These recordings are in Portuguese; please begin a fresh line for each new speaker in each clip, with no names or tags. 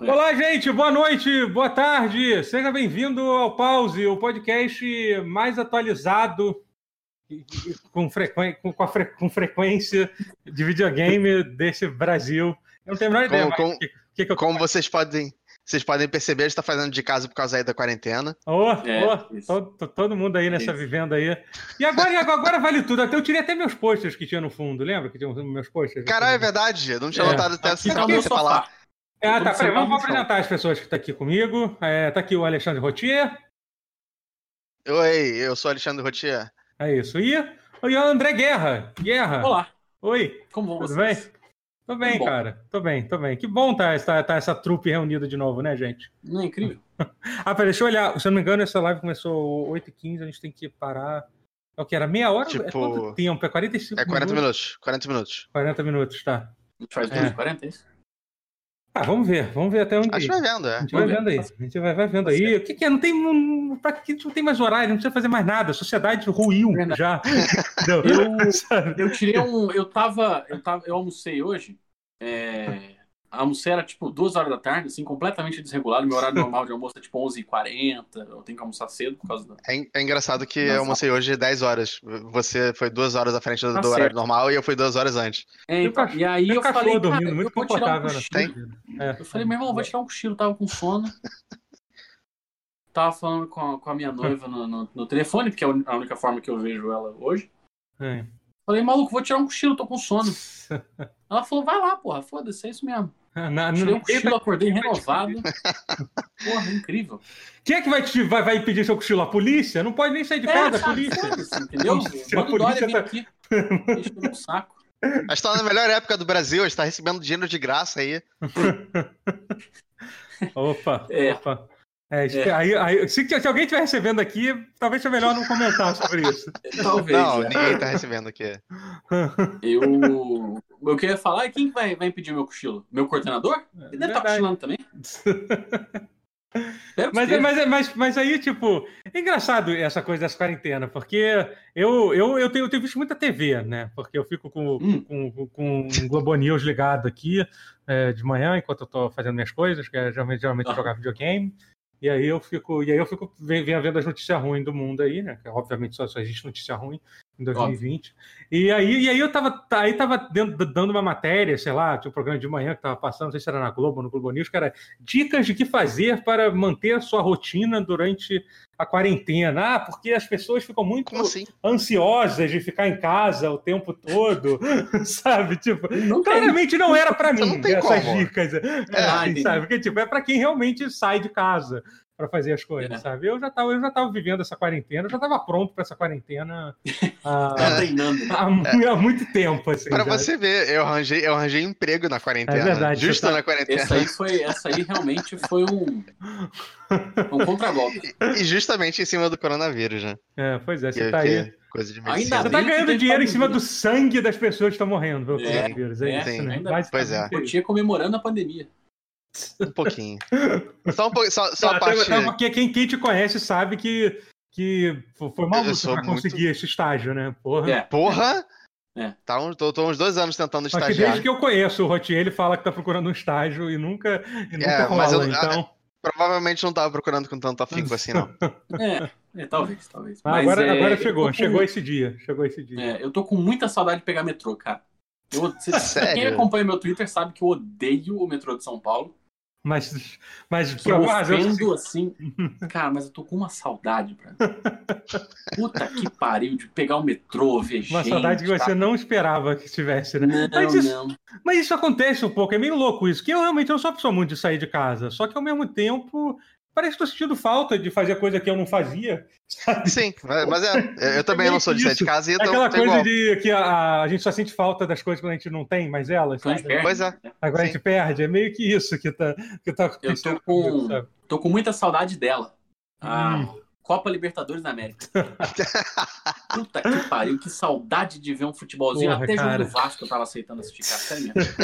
É.
Olá, gente, boa noite, boa tarde. Seja bem-vindo ao Pause, o podcast mais atualizado e- e- com, frequen- com- com a fre- com frequência de videogame desse Brasil. Eu não tenho a menor ideia
Como-
mais
como-
do que, que, que eu.
Como vocês podem, vocês podem perceber, a gente tá fazendo de casa por causa aí da quarentena.
Ô,
É,
ô,
isso.
todo, to- todo mundo aí nessa
Isso.
vivenda aí. E agora, e agora, agora vale tudo. Até eu tirei até meus posters que tinha no fundo, lembra que tinha meus posters?
Caralho, é verdade. Eu não tinha
É.
notado até
Aqui
você
tá o meu
você falar.
sofá.
Ah,
Todo
tá. Peraí,
sentado
vamos
no
apresentar as pessoas que estão aqui comigo. É, tá aqui o Alexandre Rotier.
Oi, eu sou Alexandre Rotier.
É isso. E, e o André Guerra.
"Ah,
Guerra.
Olá,
Oi.
como vão
Tudo
vocês?
Tô bem,
Tudo bom?
cara. Tô bem, tô bem. Que bom tá, tá, tá essa trupe reunida de novo, né, gente?
Não é incrível?
Ah, peraí, deixa eu olhar. Se eu não me engano, essa live começou 8h15, a gente tem que parar. É o que? Era meia hora? É
Tipo,
quanto tempo? É 45
É 40 minutos. 40 minutos.
40 minutos, tá.
A gente faz
É.
2h40, é isso?
Ah, vamos ver. Vamos ver até onde.
Acho que
ir.
vai Tá vendo,
A
é.
gente vai
Vamos ver.
vendo aí. A gente vai, vai vendo aí. O que, que é? Não tem. um- pra que não tem mais horário, não precisa fazer mais nada. A sociedade ruiu
É Verdade.
já. Não,
Eu-
sabe?
Eu tirei um. Eu tava. Eu, tava, eu almocei hoje. É, almocei era tipo 2 horas da tarde, assim, completamente desregulado. Meu horário normal de almoço é tipo 11h40. Eu tenho que almoçar cedo por causa da.
É, en- é engraçado que
Nossa.
eu almocei hoje 10 horas. Você foi 2 horas à frente do,
Tá
do horário
certo.
normal e eu fui 2 horas antes.
É,
Tem
então,
cachorro-
e aí
Tem
eu
cachorro
falei,
dormindo,
cara,
muito
eu vou tirar um
confortável, né?
cochilo.
É.
Eu falei, meu irmão, eu vou tirar um cochilo, tava com sono. Tava falando com a, com a minha noiva no, no- no telefone, porque é a un- a única forma que eu vejo ela hoje.
É.
Falei, maluco, vou tirar um cochilo, tô com sono. Ela falou, vai lá, porra, foda-se, é isso mesmo.
Na-
Tirei
ninguém
um
vai-
cochilo, acordei renovado. Porra, incrível.
Quem é que vai, te, vai, vai pedir seu cochilo? A polícia? Não pode nem sair de casa, a
cara,
polícia.
foda-se, assim, entendeu?
Nossa, a
Manda o Dória
polícia
vir
tá-
aqui. Deixa eu no saco.
A gente tá na melhor época do Brasil, a gente tá recebendo dinheiro de graça aí.
Opa,
É.
opa. É, espe- Aí, aí- se, se alguém estiver recebendo aqui, talvez seja melhor não comentar sobre isso.
Talvez.
não,
é.
ninguém tá recebendo aqui.
Eu... eu queria falar, e quem vai, vai impedir meu cochilo? Meu coordenador? Ele deve
É, Verdade.
estar cochilando também. Espero que
Mas, é-
esteja.
mas, é- mas, mas aí, tipo, é engraçado essa coisa dessa quarentena, porque eu, eu, eu, tenho, eu tenho visto muita TV, né? Porque eu fico com,
Hum.
com, com, com o Globo News ligado aqui é, de manhã, enquanto eu tô fazendo minhas coisas, que é geralmente, geralmente
Aham.
jogar videogame. E aí eu fico, e aí eu fico ve- ve- vendo as notícias ruins do mundo aí, né? Que obviamente só, só existe notícia ruim em 2020. E aí, e aí eu tava, tá- aí tava dentro- dando uma matéria, sei lá, tinha um programa de manhã que tava passando, não sei se era na Globo ou no Globo News, que era dicas de que fazer para manter a sua rotina durante a quarentena. Ah, porque as pessoas ficam muito
Como assim?
ansiosas de ficar em casa o tempo todo, sabe? Tipo,
Não tem.
claramente não era para
Então, né, Você
mim
não tem
essas
como.
dicas,
É,
ah,
assim,
entendi.
sabe? Porque tipo, é para quem realmente sai de casa para fazer as coisas,
É.
sabe? Eu já tava, eu já tava vivendo essa quarentena, eu já tava pronto para essa quarentena
Tá
há,
treinando.
há mu- há muito tempo, assim.
Pra
já.
você ver, eu arranjei, eu arranjei emprego na quarentena.
É verdade,
Justo
você tá-
na quarentena.
Essa aí, foi, essa aí realmente foi um, um contragolpe.
E justamente em cima do coronavírus, né?
É, pois é, você
Que-
tá aí.
que Coisa de
Ainda
Você
medicina.
bem
tá
que
ganhando
tem
dinheiro em
pandemia.
cima do sangue das pessoas que estão morrendo pelo
É,
coronavírus. É,
é,
isso, né?
ainda-
Basicamente
pois é.
O dia comemorando a pandemia.
Um pouquinho. Só um pouquinho, só, só a
Tá,
Até-
parte.
até porque quem, quem te conhece sabe que, que fo- foi mal
Eu sou
pra
muito-
conseguir esse estágio, né? Porra.
É.
Porra!
É.
Tá um, tô, tô uns dois anos tentando
Só que
estagiar.
desde que eu conheço o Rotier, ele fala que tá procurando um estágio e nunca, e nunca
É,
rola,
mas eu-
então...
Provavelmente não tava procurando com tanto afinco assim, não.
É, é, talvez, talvez.
Ah,
Mas,
agora,
é,
agora
eu
chegou,
tô com-
chegou esse dia, chegou esse dia.
é, eu tô com muita saudade de pegar metrô, cara. Eu- cê-
Sério?
Quem acompanha meu Twitter sabe que eu odeio o metrô de São Paulo.
Mas, mas
Que
por
eu
alguma razão...
ofendo, assim. Cara, mas eu tô com uma saudade, cara. Puta que pariu de pegar o metrô, ver
Uma
gente,
saudade que
tá?
você não esperava que tivesse, né? Mas isso-
Não, não.
Mas isso acontece um pouco, é meio louco isso, que eu realmente eu não sou uma pessoa muito de sair de casa, só que ao mesmo tempo parece que estou sentindo falta de fazer coisa que eu não fazia.
Sim, mas mas é. Eu também
meio
não sou de sair de
isso.
casa e
É
então
aquela
tô
coisa
igual.
de que a, a gente só sente falta das coisas quando a gente não tem mais elas,
Mas
sabe?
perde,
Pois é.
né?
agora a
sim.
gente perde, é meio que isso que tá, que tá acontecendo.
com-
comigo, sabe?
Tô com muita saudade dela. A
Hum.
Copa Libertadores da América. Puta que pariu, que saudade de ver um futebolzinho.
Porra,
Até
cara.
jogo do Vasco eu tava aceitando tipo assistir, cara. Sério mesmo.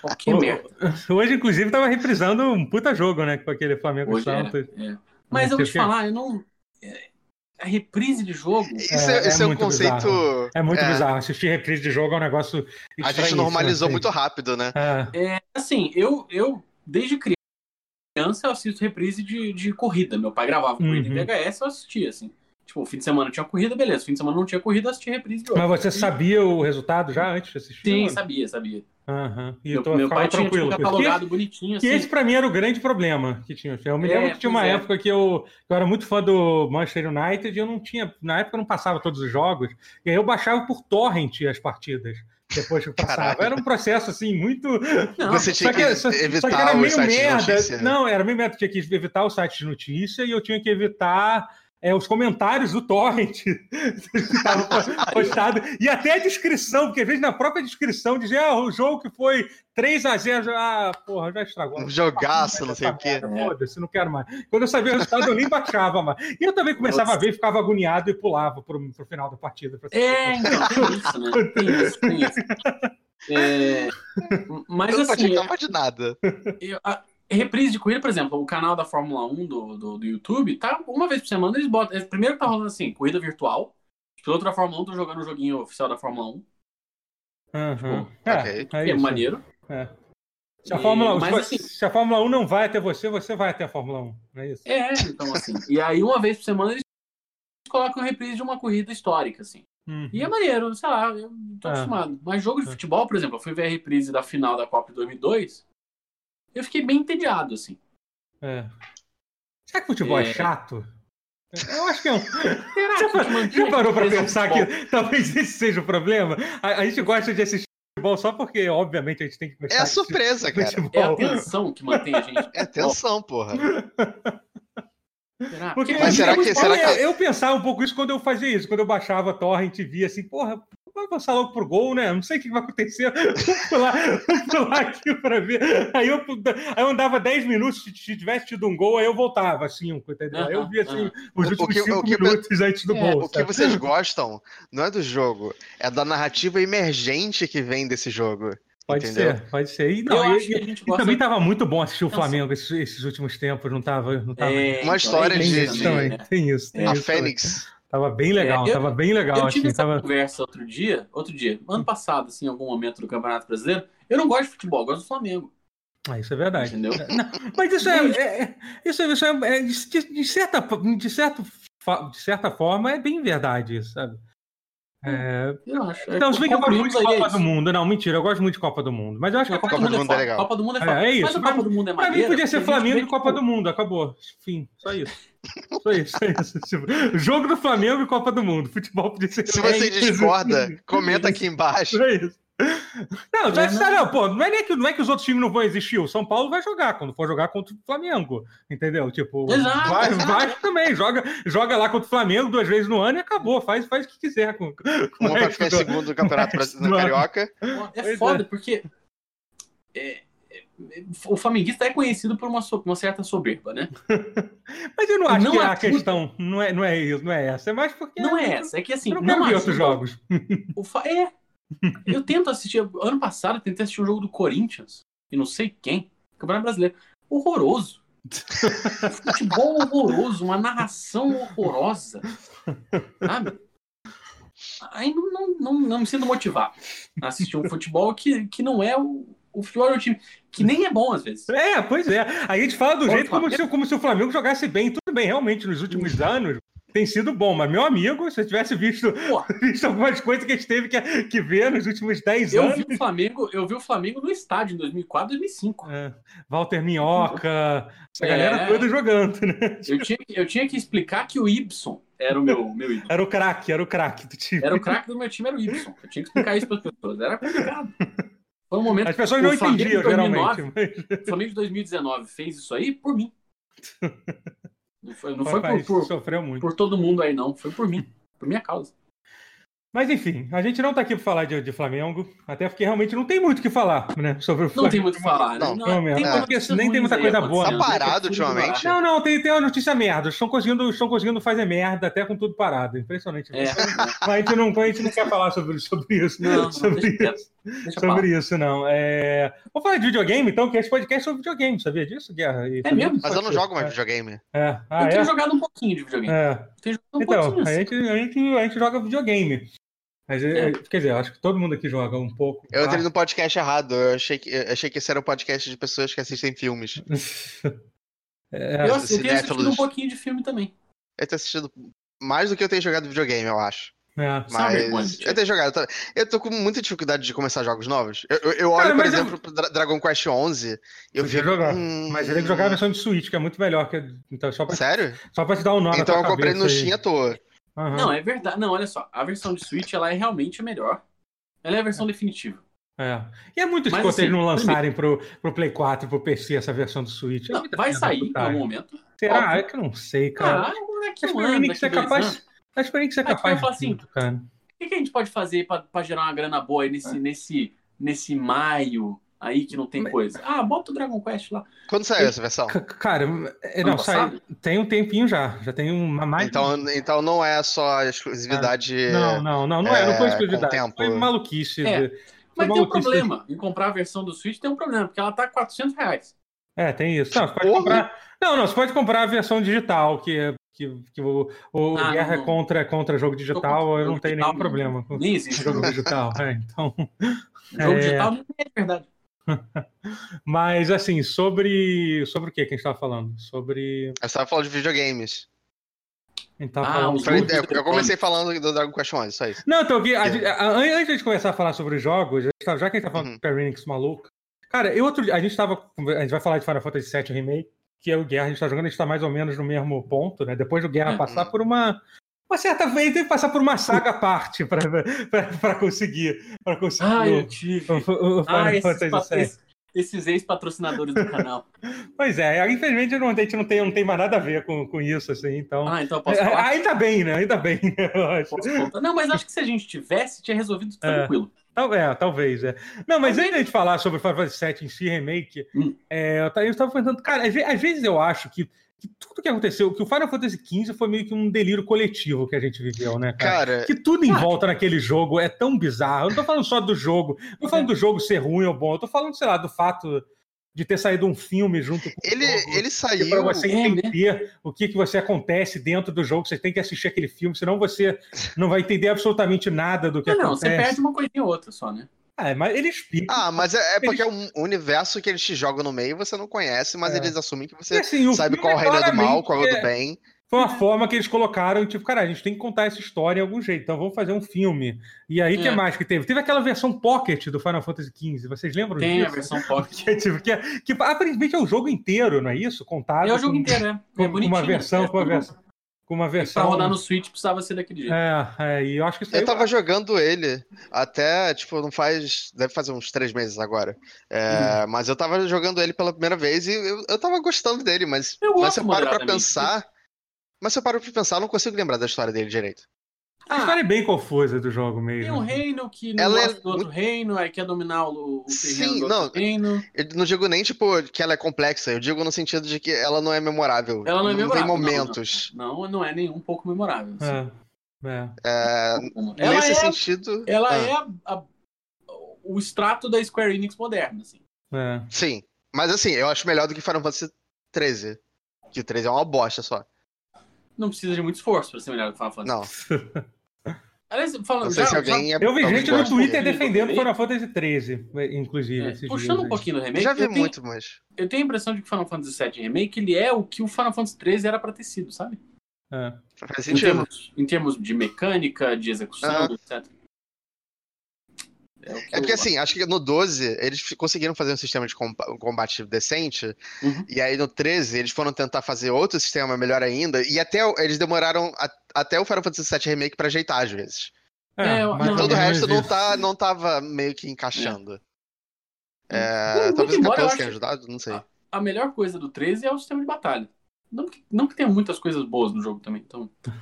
Qualquer
Ô,
merda.
Hoje, inclusive, tava reprisando um puta jogo, né, com aquele Flamengo e
Hoje era,
Santos. Né,
é. Mas eu vou te falar, eu não. é, A reprise de jogo.
Isso
É,
é,
é
esse é um
muito
conceito.
bizarro. É muito
é.
bizarro, assistir reprise de jogo é um negócio
A gente
estranhíssimo,
normalizou
assim.
muito rápido, né?
É.
Assim, eu, eu desde criança criança, eu assisto reprise de, de corrida. Meu pai gravava corrida
Uhum.
em VHS, eu assistia, assim. Tipo, fim de semana tinha corrida, beleza. Fim de semana não tinha corrida, eu assistia reprise de outra.
Mas você sabia o resultado já antes de assistir?
Sim,
sabia.
sabia, sabia.
E
meu
eu tô
meu
ficava
pai tinha
tranquilo.
tipo,
com isso. Que-
catalogado bonitinho,
Que
assim.
esse pra mim era o grande problema que tinha. Eu me
É,
lembro que tinha uma
pois é.
época que eu, que eu era muito fã do Manchester United e eu não tinha, na época eu não passava todos os jogos, e aí eu baixava por torrent as partidas. Depois que eu passava.
Caralho.
Era um processo assim muito.
Não,
Você tinha
Só que,
que,
só- só que
evitar
era
os
meio
sites de
merda.
notícia. né?
Não, era meio merda. Tinha que evitar o site de notícia e eu tinha que evitar é, os comentários do Torrent. Tava postado. E até a descrição, porque às vezes na própria descrição dizia ah, o jogo que foi 3x0. Ah, porra, já estragou.
Um jogaço, não sei o quê.
Merda, Foda-se, não quero mais. Quando eu sabia o resultado, eu nem baixava mais. E eu também começava a ver, ficava agoniado e pulava pro, pro final da partida. pra-
É, então, tem isso, né? Tem isso, tem isso. É, mas
Eu não podia
assim,
reclamar de nada.
eu- a reprise de corrida, por exemplo, o canal da Fórmula 1 do, do, do YouTube, tá uma vez por semana eles botam. é, Primeiro tá rolando assim, corrida virtual. Os pilotos da Fórmula 1 estão jogando o joguinho oficial da Fórmula 1,
Aham.
Tipo, ok.
é
que é
isso.
maneiro.
É. Se a,
E-
Fórmula, um, se
mas,
você-
assim-
se a Fórmula 1 não vai até você, você vai até a Fórmula 1. Não é isso?
É, então assim. E aí, uma vez por semana, eles colocam reprise de uma corrida histórica, assim.
Uhum.
E é maneiro, sei lá, eu tô
É.
acostumado. Mas jogo de futebol, por exemplo, eu fui ver a reprise da final da Copa de 2002, eu fiquei bem entediado, assim.
É. Será que futebol é,
É.
chato? Eu acho que é um.
Será
Já
que
pa-
te mantinha
Já parou pra
preso no
pensar
futebol?
que talvez esse seja o problema? A, a gente gosta de assistir futebol só porque, obviamente, a gente tem que
É
gostar
a
de
surpresa, cara.
futebol.
É a tensão que mantém a gente.
É tensão, porra.
Será?
Porque
Mas
eu-
será
eu-
que-
eu-
será
eu,
que-
eu pensava um pouco isso quando eu fazia isso, quando eu baixava a torrent e via assim, porra, vai passar logo pro gol, né? Não sei o que vai acontecer. Vamos pular, vamos pular aqui pra ver. Aí eu, aí eu andava 10 minutos, se se tivesse tido um gol, aí eu voltava 5, entendeu? Aí eu via assim,
Aham,
os
O- o
últimos
que- o
5
que-
minutos antes do
É,
gol.
O que
sabe?
vocês gostam não é do jogo, é da narrativa emergente que vem desse jogo.
Pode
entendeu?
ser, pode ser. E,
Eu
não,
acho
e-
que a gente
e
gosta
também tá- tava muito bom assistir o
Cansa.
Flamengo esses, esses últimos tempos, não tava? Não tava.
É,
Uma história
tem
tem
de-
isso
de-
também,
né?
tem É isso. Tem
A
isso também.
Fênix.
Tava bem legal,
É, eu-
tava bem legal.
Eu tive
assim,
essa
tava...
conversa outro dia, outro dia, ano passado, assim, em algum momento do Campeonato Brasileiro. Eu não gosto de futebol, eu gosto do Flamengo,
Ah, isso é verdade.
entendeu?
Mas isso é, é- é- isso, é- isso é, é de, de- de certa, de, certo, fa- de certa forma é bem verdade, isso, sabe? É,
Eu acho.
não, se bem que eu gosto muito
Concluímos
de
aí, é
Copa
isso.
do Mundo. Não, mentira, eu gosto muito de Copa do Mundo. Mas eu acho
Não,
que
a Copa,
Copa do
do
Mundo é
Mundo é
legal.
legal. Copa do Mundo é,
É,
foda.
é isso.
Mas a Copa do Mundo é
pra
maneira.
mim podia
porque a
ser
gente
Flamengo
vê,
e Copa
tipo,
do Mundo, acabou. Fim, só isso. Só isso, só isso. Tipo, jogo do Flamengo e Copa do Mundo. Futebol podia ser.
Se
É
você
isso.
discorda, comenta aqui embaixo.
Não é isso. Não,
É,
vai
não.
não, pô, não é, nem que, não é que os outros times não vão existir. O São Paulo vai jogar quando for jogar contra o Flamengo. Entendeu? Tipo,
Exato,
vai,
exato.
vai também, joga, joga lá contra o Flamengo duas vezes no ano e acabou. Faz, faz o que quiser. Com, com o
Uma vai
resto
ficar em
do-
assim.
segundo do Campeonato Brasileiro
Mano.
Carioca.
Pois
É
é.
foda, porque é, é, o flamenguista é conhecido por uma, so- uma certa soberba, né?
Mas eu não acho
Não
que é a
ajuda.
questão não é, não é isso, não é essa. É mais porque.
Não é essa, é que assim.
Eu não quero ver
ajuda
outros jogos.
o fa- É. Eu tento assistir. Ano passado eu tentei assistir o jogo do Corinthians e não sei quem. Campeonato Brasileiro. Horroroso. Futebol horroroso, uma narração horrorosa. Sabe? Aí não, não, não, não me sinto motivado a assistir um futebol que, que não é o, o futebol do time, que nem é bom às vezes.
É, pois é. Aí a gente fala do
Olha o
jeito como se, como se o Flamengo jogasse bem. Tudo bem, realmente, nos últimos anos tem sido bom. Mas, meu amigo, se eu tivesse visto,
Porra.
visto algumas coisas que a gente teve que, que ver nos últimos 10
Eu
anos.
vi o Flamengo, eu vi o Flamengo no estádio em 2004, 2005.
É, Walter Minhoca, essa
É.
galera toda jogando, né?
Eu tinha, que- eu tinha que explicar que o Ibson era o meu, meu ídolo.
Era o craque, era o craque do time.
Era o craque do meu time, era o Ibson. Eu tinha que explicar isso para as pessoas. Era complicado. Foi um momento.
As pessoas
o
não
Flamengo
entendiam,
em 2009,
geralmente. mas-
O Flamengo de 2019 fez isso aí por mim. Não foi, não foi
Rapaz,
por, por-
sofreu muito.
por todo mundo aí, não. Foi por mim. Por minha causa.
Mas enfim, a gente não tá aqui pra falar de, de Flamengo, até porque realmente não tem muito o que falar, né? Sobre o
Não
Flamengo.
tem muito o que falar, né?
Não,
não mesmo.
Não,
coisas
porque nem tem muita
ruins
coisa
aí
boa,
acontecendo,
né?
Tá
né?
parado
Tudo
ultimamente.
Não, não, tem, tem uma notícia merda. Estão conseguindo, estão conseguindo fazer merda até com tudo parado. Impressionante.
É,
Mas a gente não, a gente não quer falar sobre, sobre isso.
não, não,
sobre
deixa
isso.
quieto. Deixa eu falar.
Sobre isso, não. É... Vamos falar de videogame, então, que esse podcast é sobre videogame. Sabia disso, Guerra? E-
É mesmo?
Mas eu não jogo mais videogame.
É.
Eu
Ah,
tenho
é?
jogado um pouquinho de videogame.
É.
Eu tenho jogado um
Então,
pouquinho.
a
assim.
gente, a, gente, a gente joga videogame. Mas, é,
É.
Quer dizer, acho que todo mundo aqui joga um pouco.
Eu entrei
tá?
no podcast errado. Eu achei que, eu achei que esse era um podcast de pessoas que assistem filmes.
É,
eu, assim, eu tenho
cinéfilos.
assistido um pouquinho de filme também.
Eu tenho assistido mais do que eu tenho jogado videogame, eu acho.
é.
Sabe,
Mas
Bond?
eu tenho jogado. tá- Eu tô com muita dificuldade de começar jogos novos. Eu, eu- eu olho,
Cara,
por
mas eu-
exemplo, pro Dra- Dragon Quest XI. Eu
Podia
vi.
jogar. Mas ele tem que jogar a versão de Switch, que é muito melhor. Que... Então, só pra,
Sério?
só pra te dar um nó na
Então
tua
eu comprei
cabeça
no
aí.
Steam à toa.
Aham.
Não, é verdade. Não, olha só. A versão de Switch ela é realmente a melhor. Ela é a versão definitiva.
É. E é muito
Mas,
escroto eles
assim,
não lançarem pro, pro Play 4, pro PC, essa versão do Switch. É
Não,
muita
vai
merda,
sair em
cara.
algum momento.
Será?
Óbvio.
É que eu não sei, cara.
Caralho, daqui
a
um
Square
ano,
Enix
daqui
é
dois anos.
capaz. A Square Enix é
Ah, tu vai
capaz
falar
de tudo, cara.
Então.
O que, que a gente pode fazer pra, pra gerar uma grana boa aí
Ah.
nesse, nesse, nesse maio aí que não tem coisa? Ah, bota o Dragon Quest lá.
Quando saiu essa versão?
C- Cara, é,
Ano
não, sai,
passado?
tem um tempinho já. Já tem um, uma mais.
Então, então não é só a exclusividade.
não, não, não, não é, não foi
é,
exclusividade.
com o tempo.
Foi maluquice.
É.
de- Foi
Mas tem um
maluquice.
problema. Em comprar a versão do Switch tem um problema, porque ela tá 400 reais.
É, tem isso. Não, você pode
Porra.
comprar. Não, não, você pode comprar a versão digital, que é. Que, que o, o
Ah,
Guerra
não.
é contra, contra jogo digital, eu não
Jogo
tenho
digital né?
nenhum problema com
Nem existe.
jogo
Jogo,
digital. É, então.
jogo
É.
digital não é de verdade.
Mas assim, sobre. Sobre o que que a gente tava falando? Sobre.
Eu estava falando de videogames.
A gente tava
Ah,
falando
os
Eu, falei-
Muito
eu- eu comecei
eletrônico.
falando do Dragon Quest 11, só isso.
Não, então, aqui, a
É.
gente- a- an- antes de começar a falar sobre os jogos, já que a gente tá falando
Uhum.
de Square Enix maluca, cara, eu outro dia- a gente tava, a gente vai falar de Final Fantasy VII Remake, que é o Guerra, a gente tá jogando, a gente tá mais ou menos no mesmo ponto, né, depois do Guerra
Uhum.
passar por uma, uma certa vez, teve que passar por uma saga à parte pra, pra, pra conseguir, pra conseguir
Ah, eu
o-
tive.
o, o, o Final
Ah, esses,
Fantasy
pa-
VII.
esses- esses ex-patrocinadores do canal.
Pois é, infelizmente não- a gente não tem, não tem mais nada a ver com, com isso, assim, então...
Ah, então eu posso
É,
falar?
Ainda bem, né? Ainda bem, eu acho.
Posso contar? Não, mas acho que se a gente tivesse, tinha resolvido tranquilo.
Tal- é, talvez, é. Não, mas
Talvez.
antes da gente falar sobre Final Fantasy VII em si, remake,
Hum.
é, eu ta- eu estava pensando, cara, às ve- às vezes eu acho que, que tudo que aconteceu, que o Final Fantasy XV foi meio que um delírio coletivo que a gente viveu, né, cara?
Cara,
Que tudo
ah,
em volta naquele jogo é tão bizarro. Eu não tô falando só do jogo, não
É.
tô falando do jogo ser ruim ou bom, eu tô falando, sei lá, do fato de ter saído um filme junto com
ele,
o jogo.
ele
E pra
saiu.
você
É, né?
entender o que, que você acontece dentro do jogo, você tem que assistir aquele filme, senão você não vai entender absolutamente nada do que
Não, não,
acontece.
você perde uma coisinha ou outra só, né?
Ah, mas ele explica.
Ah, mas é, é porque é um universo que eles te jogam no meio e você não conhece, mas
É.
eles assumem que
E,
você
assim, o
sabe
filme
qual é o reino é do mal,
claramente
qual é o
é-
do bem.
Foi uma forma que eles colocaram, tipo, cara, a gente tem que contar essa história de algum jeito, então vamos fazer um filme. E aí, o que
É.
mais que teve? Teve aquela versão pocket do Final Fantasy XV, vocês lembram
Tem a
disso?
versão pocket.
Que, é, tipo, que, é- que aparentemente é o jogo inteiro, não é isso? Contado
É o jogo
com,
inteiro, né?
com
É bonitinho.
uma versão,
né?
com uma versão. Com uma
É, Pra
versão.
rodar no Switch precisava ser daquele jeito.
É, é, e eu acho que isso aí-
Eu tava jogando ele até, tipo, não faz. Deve fazer uns três meses agora.
Uhum.
É, Mas eu tava jogando ele pela primeira vez e eu, eu tava gostando dele, mas,
Eu
mas
gosto
se eu paro pra
moderadamente.
pensar. Mas se eu paro pra pensar, eu não consigo lembrar da história dele direito.
A
Ah,
história é bem confusa do jogo
tem
mesmo.
um reino que não
Ela é
gosta do outro reino, aí quer dominar o, o terreno
Sim,
do outro
não.
reino.
Eu não digo nem, tipo, que ela é complexa, eu digo no sentido de que ela não é memorável.
Ela não é memorável,
Tem
não,
momentos.
Não, não é nem um pouco memorável. assim.
É, é.
É,
Ela
nesse
é,
sentido.
ela
Ah,
é a- a- o extrato da Square Enix moderna, assim.
É.
Sim. Mas assim, eu acho melhor do que Final Fantasy 13. Que o 13 é uma bosta só.
Não precisa de muito esforço pra ser melhor do que Final Fantasy.
Não.
Aliás, falando,
Não sei
já-
se
já-
alguém é.
Eu vi
alguém
gente no
gosta.
Twitter
dele.
defendendo Final Fantasy XIII, inclusive.
é,
esses dias
puxando
aí.
um pouquinho do
Eu
remake,
já vi
eu, tenho,
muito, mas.
eu tenho a impressão de que Final Fantasy VII Remake ele é o que o Final Fantasy XIII era pra ter sido, sabe?
É.
Faz
Em
sentido.
termos, em termos de mecânica, de execução,
Aham.
etc. É, o que
É porque
eu-
assim, acho que no 12 eles fi- conseguiram fazer um sistema de comba- um combate decente.
Uhum.
E aí no 13 eles foram tentar fazer outro sistema melhor ainda. E até o- eles demoraram a- até o Final Fantasy VII Remake pra ajeitar às vezes.
mais
É, não,
ou
Todo o
menos
resto não,
isso.
tá, não tava meio que encaixando. É,
Muito
talvez o
embora, eu
14
acho-
tenha ajudado, não sei.
Ah. A melhor coisa do 13 é o sistema de batalha. Não que, não que tenha muitas coisas boas no jogo também, então.
tá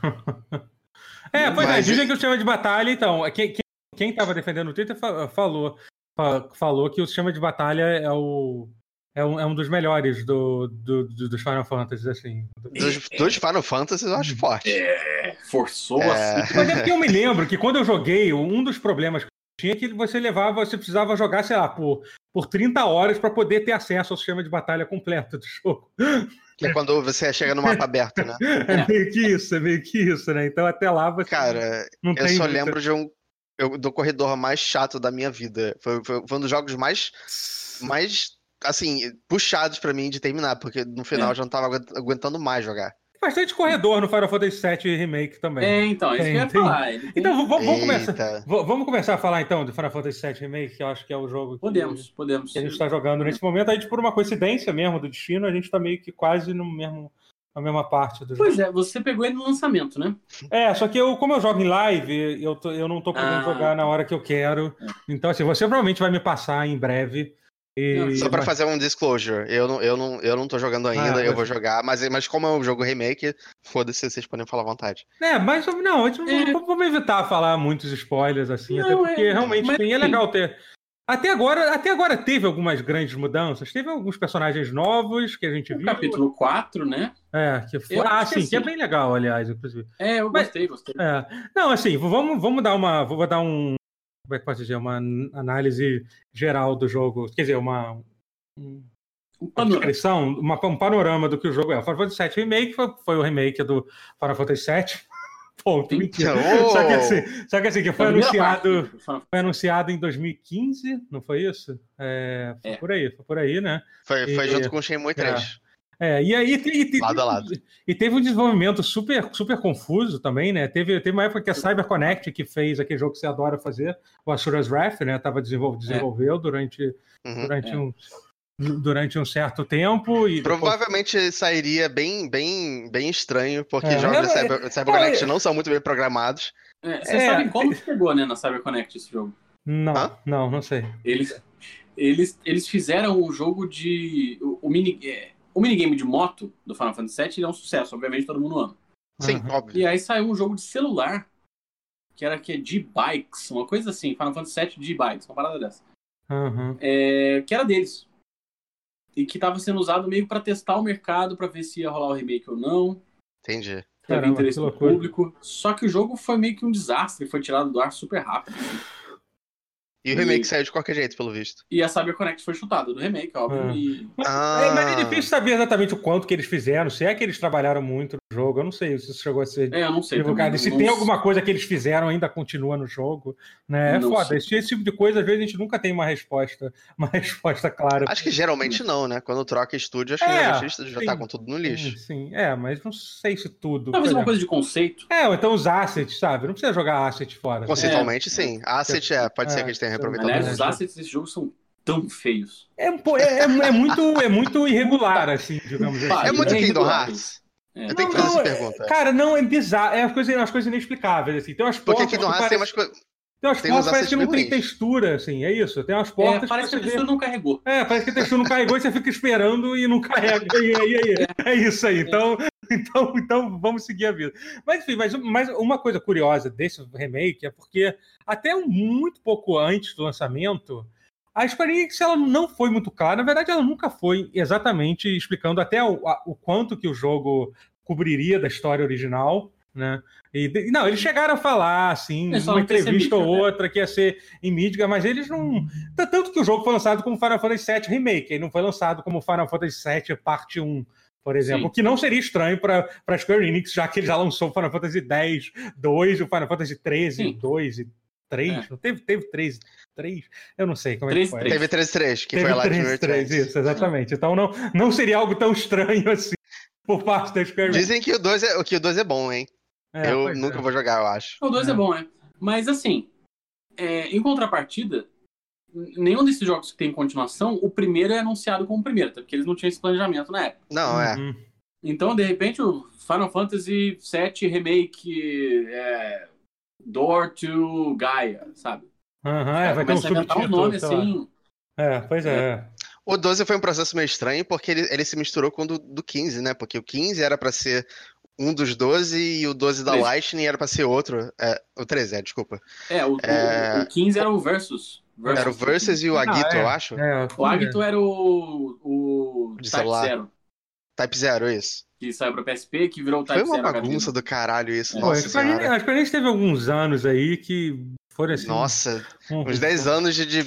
É, pois é,
Mas-
dizem que o sistema de batalha, então, é quem, quem, quem tava defendendo o Twitter fa- falou, fa- falou que o sistema de batalha é o. É um, é um dos melhores do, do- do- dos Final Fantasy, assim.
Dos, dos Final Fantasy eu acho forte.
É, forçou
É.
assim.
Mas é porque eu me lembro que quando eu joguei, um dos problemas que tinha é que você levava, você precisava jogar, sei lá, por, por 30 horas para poder ter acesso ao sistema de batalha completo do jogo.
Que é quando você chega no mapa aberto, né?
É meio que isso, é meio que isso, né? Então até lá você
Cara,
não
Eu
tem.
só
muita-
lembro de um eu- do corredor mais chato da minha vida. Foi, foi- foi um dos jogos mais, mais assim, puxados pra mim de terminar, porque no final
É.
eu já não tava aguent- aguentando mais jogar.
Bastante corredor no Final Fantasy VII Remake também.
É, então, é isso que eu ia
Tem, tem.
falar. Ele tem-
Então, v- vamos, vamos começar.
Eita.
v- Vamos começar a falar então do Final Fantasy VII Remake, que eu acho que é o jogo que,
Podemos, podemos.
que a gente tá está jogando nesse momento. A gente, por uma coincidência mesmo do destino, a gente está meio que quase no mesmo, na mesma parte do jogo.
Pois é, você pegou ele no lançamento, né?
É, só que eu, como eu jogo em live, eu, tô- eu não tô podendo
Ah.
jogar na hora que eu quero. Então, assim, você provavelmente vai me passar em breve. E-
Só pra
mas-
fazer um disclosure, eu não, eu não, eu não tô jogando
Ah,
ainda, eu
mas-
vou jogar, mas, mas como é um jogo remake, foda-se, vocês podem falar à vontade.
É, mas não, a gente não-
É.
vamos- vamos evitar falar muitos spoilers assim, até
Não,
porque
é,
realmente
mas
tem- é
assim-
legal ter. Até agora, até agora teve algumas grandes mudanças, teve alguns personagens novos que a gente
O
viu.
Um capítulo 4, né?
É, que foi.
Eu
Ah,
acho que
sim, que é
assim-
bem legal, aliás, inclusive.
É, eu
Mas-
gostei, gostei.
É. Não, assim, v- vamos, vamos dar uma. Vou dar um. Como é que posso dizer? Uma an- análise geral do jogo. Quer dizer, uma. um-
Um
uma
panorama.
descrição, uma- um panorama do que o jogo é. O Final Fantasy VII Remake foi, foi o remake do Final Fantasy VII. Ponto,
Sim.
mentira.
Oh!
Só que assim, só que, assim que foi
A primeira
anunciado.
parte do Final
Foi anunciado em 2015, não foi isso? É, foi
É.
por aí, foi por aí, né?
Foi, foi
E-
junto com o Shenmue 3.
É, e aí e, e-
Lado a lado.
e teve um desenvolvimento super, super confuso também, né? Teve, teve uma época que a CyberConnect, que fez aquele jogo que você adora fazer, o Asura's Wrath, né? Tava desenvol- desenvolveu durante,
Uhum.
durante,
É.
um, durante um certo tempo. E depois-
Provavelmente sairia bem, bem, bem estranho, porque
É.
jogos da
É,
Cyber, CyberConnect
é.
não são muito bem programados.
É, Vocês
É.
sabem como que chegou, né, na CyberConnect esse jogo?
Não,
Hã?
não, não sei.
Eles, eles, eles fizeram o jogo de. O, o mini, é, o minigame de moto do Final Fantasy VII ele é um sucesso, obviamente todo mundo ama.
Sim,
Aham.
óbvio.
E aí saiu um jogo de celular, que era que é G-Bikes, uma coisa assim, Final Fantasy VII G-Bikes, uma parada dessa.
Aham.
É, que era deles. E que tava sendo usado meio pra testar o mercado, pra ver se ia rolar o remake ou não,
Entendi.
pra ver
Caramba, que
interesse do
loucura.
público. Só que o jogo foi meio que um desastre, foi tirado do ar super rápido.
E o remake
E-
saiu de qualquer jeito, pelo visto.
E a CyberConnect foi chutada do remake, óbvio.
É.
E
Ah.
É, mas é difícil saber exatamente o quanto que eles fizeram, se é que eles trabalharam muito no jogo, eu não sei se isso chegou a ser
É, eu não sei.
divulgado.
também,
E se
não-
tem alguma coisa que eles fizeram ainda continua no jogo, né? É
Não
foda.
sei.
Esse, esse tipo de coisa, às vezes, a gente nunca tem uma resposta, uma resposta clara.
Acho que geralmente não, né? Quando troca estúdio, acho que
É,
o artista já tá
sim.
com tudo no
sim,
lixo.
sim, é, mas não sei se tudo.
Talvez
por
uma
exemplo.
coisa de conceito.
É, ou então os assets, sabe? Não precisa jogar asset fora.
Conceitualmente, sim. Asset é, pode
É,
ser que eles
sim.
tenham reaproveitado.
Aliás,
bom.
né? os assets desse jogo são tão feios.
É, um po- é- é- é muito, é muito irregular, assim, digamos assim.
Pá,
É muito
bem
Kingdom
regular.
Hearts?
É.
Eu tenho que
Não,
fazer essa
não, é-
pergunta.
Cara, não, é bizarro. É umas coisas, umas coisas inexplicáveis, assim. Tem umas
Porque
portas
Kingdom
que
Hearts tem
parece-
umas coisas.
Tem umas
Tem
portas
uns
que parece que não tem
assets bem
textura, assim, é isso. Tem umas
É,
portas
parece que a
você vê-
pessoa não carregou.
É, parece que a textura não carregou e você fica esperando e não carrega. E aí, aí, é isso aí. Então, então, então vamos seguir a vida. Mas enfim, mas, mas uma coisa curiosa desse remake é porque até um- muito pouco antes do lançamento, a Square Enix ela não foi muito clara. Na verdade, ela nunca foi exatamente explicando até o, a- o quanto que o jogo cobriria da história original, né? E, de- não, eles chegaram a falar, assim,
Eles
uma
falaram que ia ser
entrevista ou
Midgar, né?
outra que ia ser em Midgar, mas eles não... T- Tanto que o jogo foi lançado como Final Fantasy VII Remake, ele não foi lançado como Final Fantasy VII Parte 1, por exemplo,
Sim.
o que não seria estranho para a Square Enix, já que ele já lançou Final Fantasy X, 2, o Final Fantasy XIII,
Sim. É.
2 e 3, não teve, teve 3, 3? Eu não sei como é
Três,
que foi.
três.
Teve 3-3, que foi
Teve
lá de Mirror
3,
Trends.
isso, exatamente. Então não, não seria algo tão estranho assim por parte da Square Enix.
Dizem que o 2 é, que o 2 é bom, hein?
É,
eu
pois é.
nunca vou jogar, eu acho.
O 2 é.
É.
bom, né? Mas assim, é, em contrapartida, n- nenhum desses jogos que tem continuação, o primeiro é anunciado como o primeiro, até porque eles não tinham esse planejamento na época.
Não, é.
Uhum.
Então, de repente, o Final Fantasy VII Remake é, Door to Gaia, sabe?
Aham, é, vai ter um
Começa a inventar
subtítulo.
um nome
sei lá.
assim.
É, pois é. é.
O 12 foi um processo meio estranho, porque ele, ele se misturou com o do, do 15, né? Porque o 15 era pra ser um dos 12 e o 12 da
Treze.
Lightning era pra ser outro. É, o 13, é, desculpa.
É, o, o-
É.
o 15 era o Versus. Versus.
Era o Versus e o
Ah,
Agito,
é.
eu acho.
É,
O Agito era o, o
De
Type
celular.
Zero,
Type Zero, isso.
que saiu pra PSP, que virou o Type
Foi uma
Zero. HD.
bagunça do caralho isso,
É.
Pô,
nossa
acho que a gente-
senhora.
acho que a gente teve alguns anos aí que foram assim.
Nossa,
um-
uns 10 anos de, de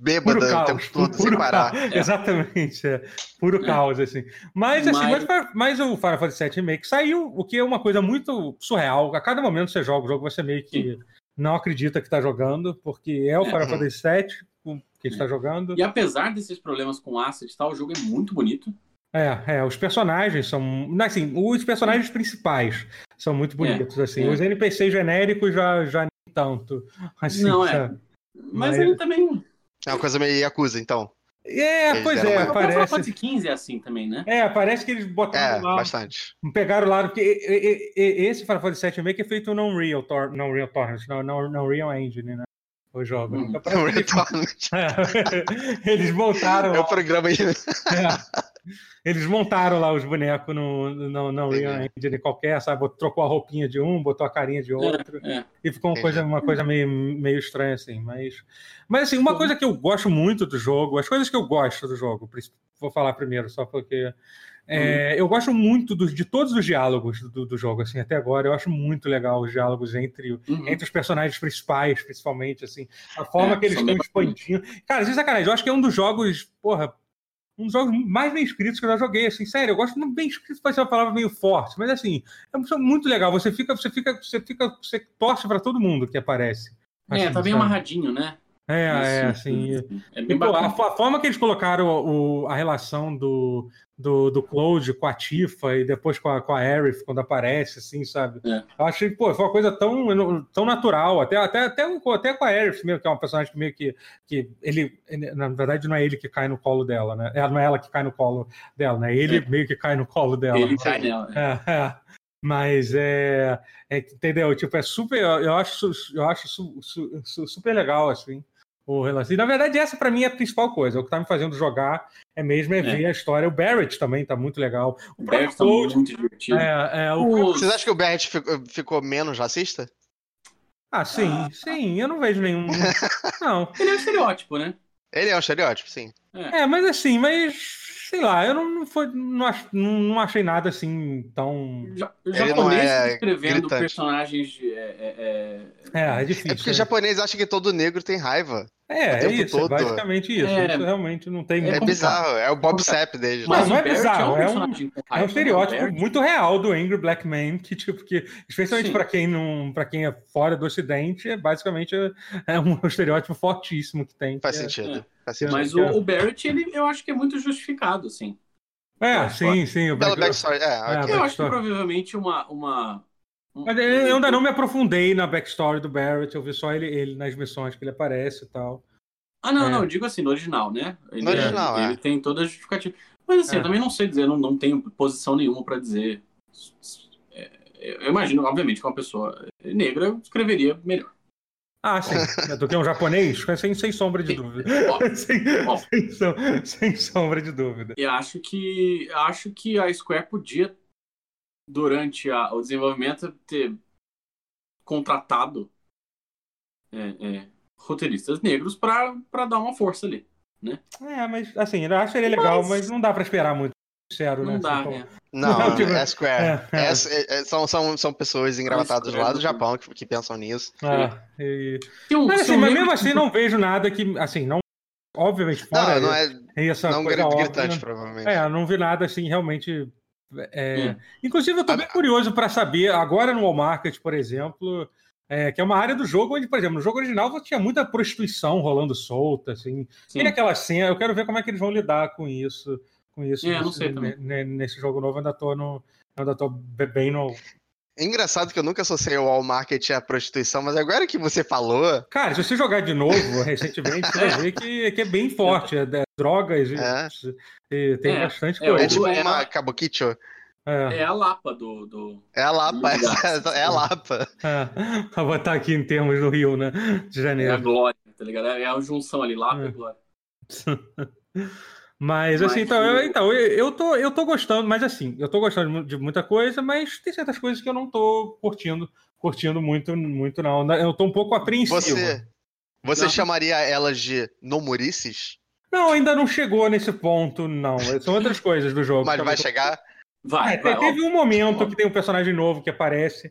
bêbada
Puro
o
caos,
tempo todo, sem
puro
parar.
caos,
É.
Exatamente, é. Puro
É.
caos, assim. Mas, assim, mas...
Mas-
mas o Final Fantasy VII Remake saiu, o que é uma coisa muito surreal. A cada momento que você joga o jogo, você meio que não acredita que tá jogando, porque é o Final
Uhum.
Fantasy VII com que está jogando.
E apesar desses problemas com asset e tal, o jogo é muito bonito.
É, é, os personagens são. Assim, os personagens principais são muito bonitos, assim.
é.
Os NPCs genéricos já, já nem tanto. assim,
Não, é.
sabe?
Mas,
Mas-
ele também.
É uma coisa meio Yakuza, então.
É,
Eles
pois
deram
é,
uma-
O Final
parece.
Fantasy XV é assim também, né?
É, parece que eles botaram
É,
lá.
bastante.
Pegaram lá, porque e- e- e- esse Final Fantasy VII Remake é feito no Unreal, Tor no Unreal Tournament, no, no, no Unreal Engine, né? O jogo.
Uhum.
Então,
O
parece que- É. eles montaram
É
lá,
o programa aí. né?
é. eles montaram lá os bonecos no, no,
É.
no Unreal Engine qualquer, sabe? Bot- Trocou a roupinha de um, botou a carinha de outro.
É.
E ficou uma
Entendi.
coisa, uma coisa meio, meio estranha, assim. Mas, mas, assim, uma coisa que eu gosto muito do jogo, as coisas que eu gosto do jogo, pris- vou falar primeiro, só porque.
Uhum.
é, Eu gosto muito dos, de todos os diálogos do, do jogo, assim, até agora. Eu acho muito legal os diálogos entre,
Uhum.
entre os personagens principais, principalmente, assim. A forma
É,
que eles
são
estão
bem
expandindo. Cara, sem sacanagem, eu acho que é um dos jogos, porra, um dos jogos mais bem escritos que eu já joguei, assim, sério, eu gosto muito bem escrito, pode ser uma palavra meio forte, mas assim, é um jogo muito legal, você fica, você fica, você fica, você torce pra todo mundo que aparece.
É,
Assim,
tá bem
sabe?
amarradinho, né?
É, é,
Isso.
assim,
É
e,
bem
pô, a,
bacana.
fo- a forma que eles colocaram o- a relação do, do, do Cloud com a Tifa e depois com a, com a Aerith quando aparece, assim, sabe?
É.
Eu achei, pô, foi uma coisa tão, tão natural, até, até, até, o- até com a Aerith mesmo, que é uma personagem que meio que, que ele, ele- na verdade, não é ele que cai no colo dela, né? É, não é ela que cai no colo dela, né? Ele
É.
meio que cai no colo dela.
Ele
Mas-
cai nela. é.
é, é. Mas é, é, entendeu? Tipo, é super. Eu eu acho, su- eu acho su- su- su- super legal, assim, o relance. E na verdade, essa pra mim é a principal coisa. O que tá me fazendo jogar é mesmo é,
É.
ver a história. O Barrett também tá muito legal.
O
O
Berg
próprio
tá
Cloud.
muito divertido.
É, é, o...
O-
Vocês acham que o Barrett ficou, ficou menos racista?
Ah, sim, sim, eu não vejo nenhum. Não.
Ele é um estereótipo, né?
Ele é um estereótipo, sim.
É, mas assim, mas sei lá, eu não, não, foi, não, ach- não, não achei nada assim tão.
Ja-
Ele não
japonês
é
escrevendo
gritante.
personagens de. É, é, é-
É, é
É
difícil.
porque
né?
o japonês acha que todo negro tem raiva. o
É, é
tempo
isso, é
todo.
basicamente isso.
É.
Isso realmente não tem
É
complicado.
bizarro, é o Bob
complicado.
Sapp deles. né?
Mas não
o
é
Barrett
bizarro, é um-
personagem com
É
raiva,
um
né? O
estereótipo
Barrett-
muito real do angry black man, que tipo que especialmente
Sim.
pra quem não, para quem é fora do ocidente, é basicamente é- é um estereótipo fortíssimo que tem.
Faz
que é-
sentido.
é.
Faz sentido.
Mas o, o Barrett, ele, eu acho que é muito justificado, assim.
É,
É,
sim, sim, o
Bela
Black-
backstory. É,
É,
ok.
Eu acho que
Só-
provavelmente uma. uma um-
Mas é eu- eu ainda não me aprofundei na backstory do Barrett, eu vi só ele, ele nas missões que ele aparece e tal.
Ah, não,
É.
não, eu digo assim, no original, né? Ele,
No original,
ele
é.
tem toda a justificativa. Mas assim,
É.
eu também não sei dizer, não, não tenho posição nenhuma pra dizer. É, eu imagino, obviamente, que uma pessoa negra eu escreveria melhor.
Ah, sim. Do que um japonês? Sem, sem sombra de
Sim.
dúvida.
Ó,
Sem,
Bom.
sem som- sem sombra de dúvida.
eu acho que acho que a Square podia, durante a- o desenvolvimento, ter contratado é, é, roteiristas negros pra pra dar uma força ali.
É, mas assim, eu acho ele legal,
Mas-
mas não dá pra esperar muito, sincero, né?
Não dá,
Então,
né?
Não,
Não, tipo,
é Square.
é, é.
É- é- é- são, são, são pessoas engravatadas
Square
lá
do
do Japão que, que pensam nisso.
é, e-
Tem um-
Mas,
tem
assim,
um
mas
negro
mesmo
que-
assim, não vejo nada que. Assim, não. Obviamente, fora.
Não, não é
essa
não
coisa
gri-
óbvia,
gritante,
né?
provavelmente.
É, não vi nada assim, realmente. é,
Hum.
Inclusive,
Ah,
eu tô
tá.
bem curioso para saber, agora no All Market, por exemplo, é, que é uma área do jogo onde, por exemplo, no jogo original tinha muita prostituição rolando solta, assim.
Sim.
Tem aquela cena, eu quero ver como é que eles vão lidar com isso. Com isso
É, eu não
nesse-
sei também.
ne- nesse jogo novo, eu ainda tô, no, eu ainda tô be- bem no.
É Engraçado que eu nunca associei o all market à prostituição, mas agora que você falou, é
Cara, se você jogar de novo recentemente, você vai ver que, que é bem forte. É, é drogas e,
É.
e tem
É,
bastante
é,
é
coisa.
tipo
É,
uma
mas-
caboquicho.
É,
É a lapa do. do...
É a Lapa,
Nossa.
é a Lapa.
é. Pra botar aqui em termos do Rio, né? De
É a
janeiro.
glória, tá ligado? É a junção ali, lapa
É.
e glória.
Mas, assim,
Mas
então, eu,
o-
então eu, eu tô, eu tô gostando, mas assim, eu tô gostando de mu- de muita coisa, mas tem certas coisas que eu não tô curtindo, curtindo muito, muito não. Eu tô um pouco apreensivo.
Você, você
Não.
chamaria elas de nomurices?
Não, ainda não chegou nesse ponto, não. São outras coisas do jogo.
Mas
que eu
vai
tô-
chegar.
Vai,
É, te-
Ah, vai. ó.
teve um momento
óbvio.
que tem um personagem novo que aparece,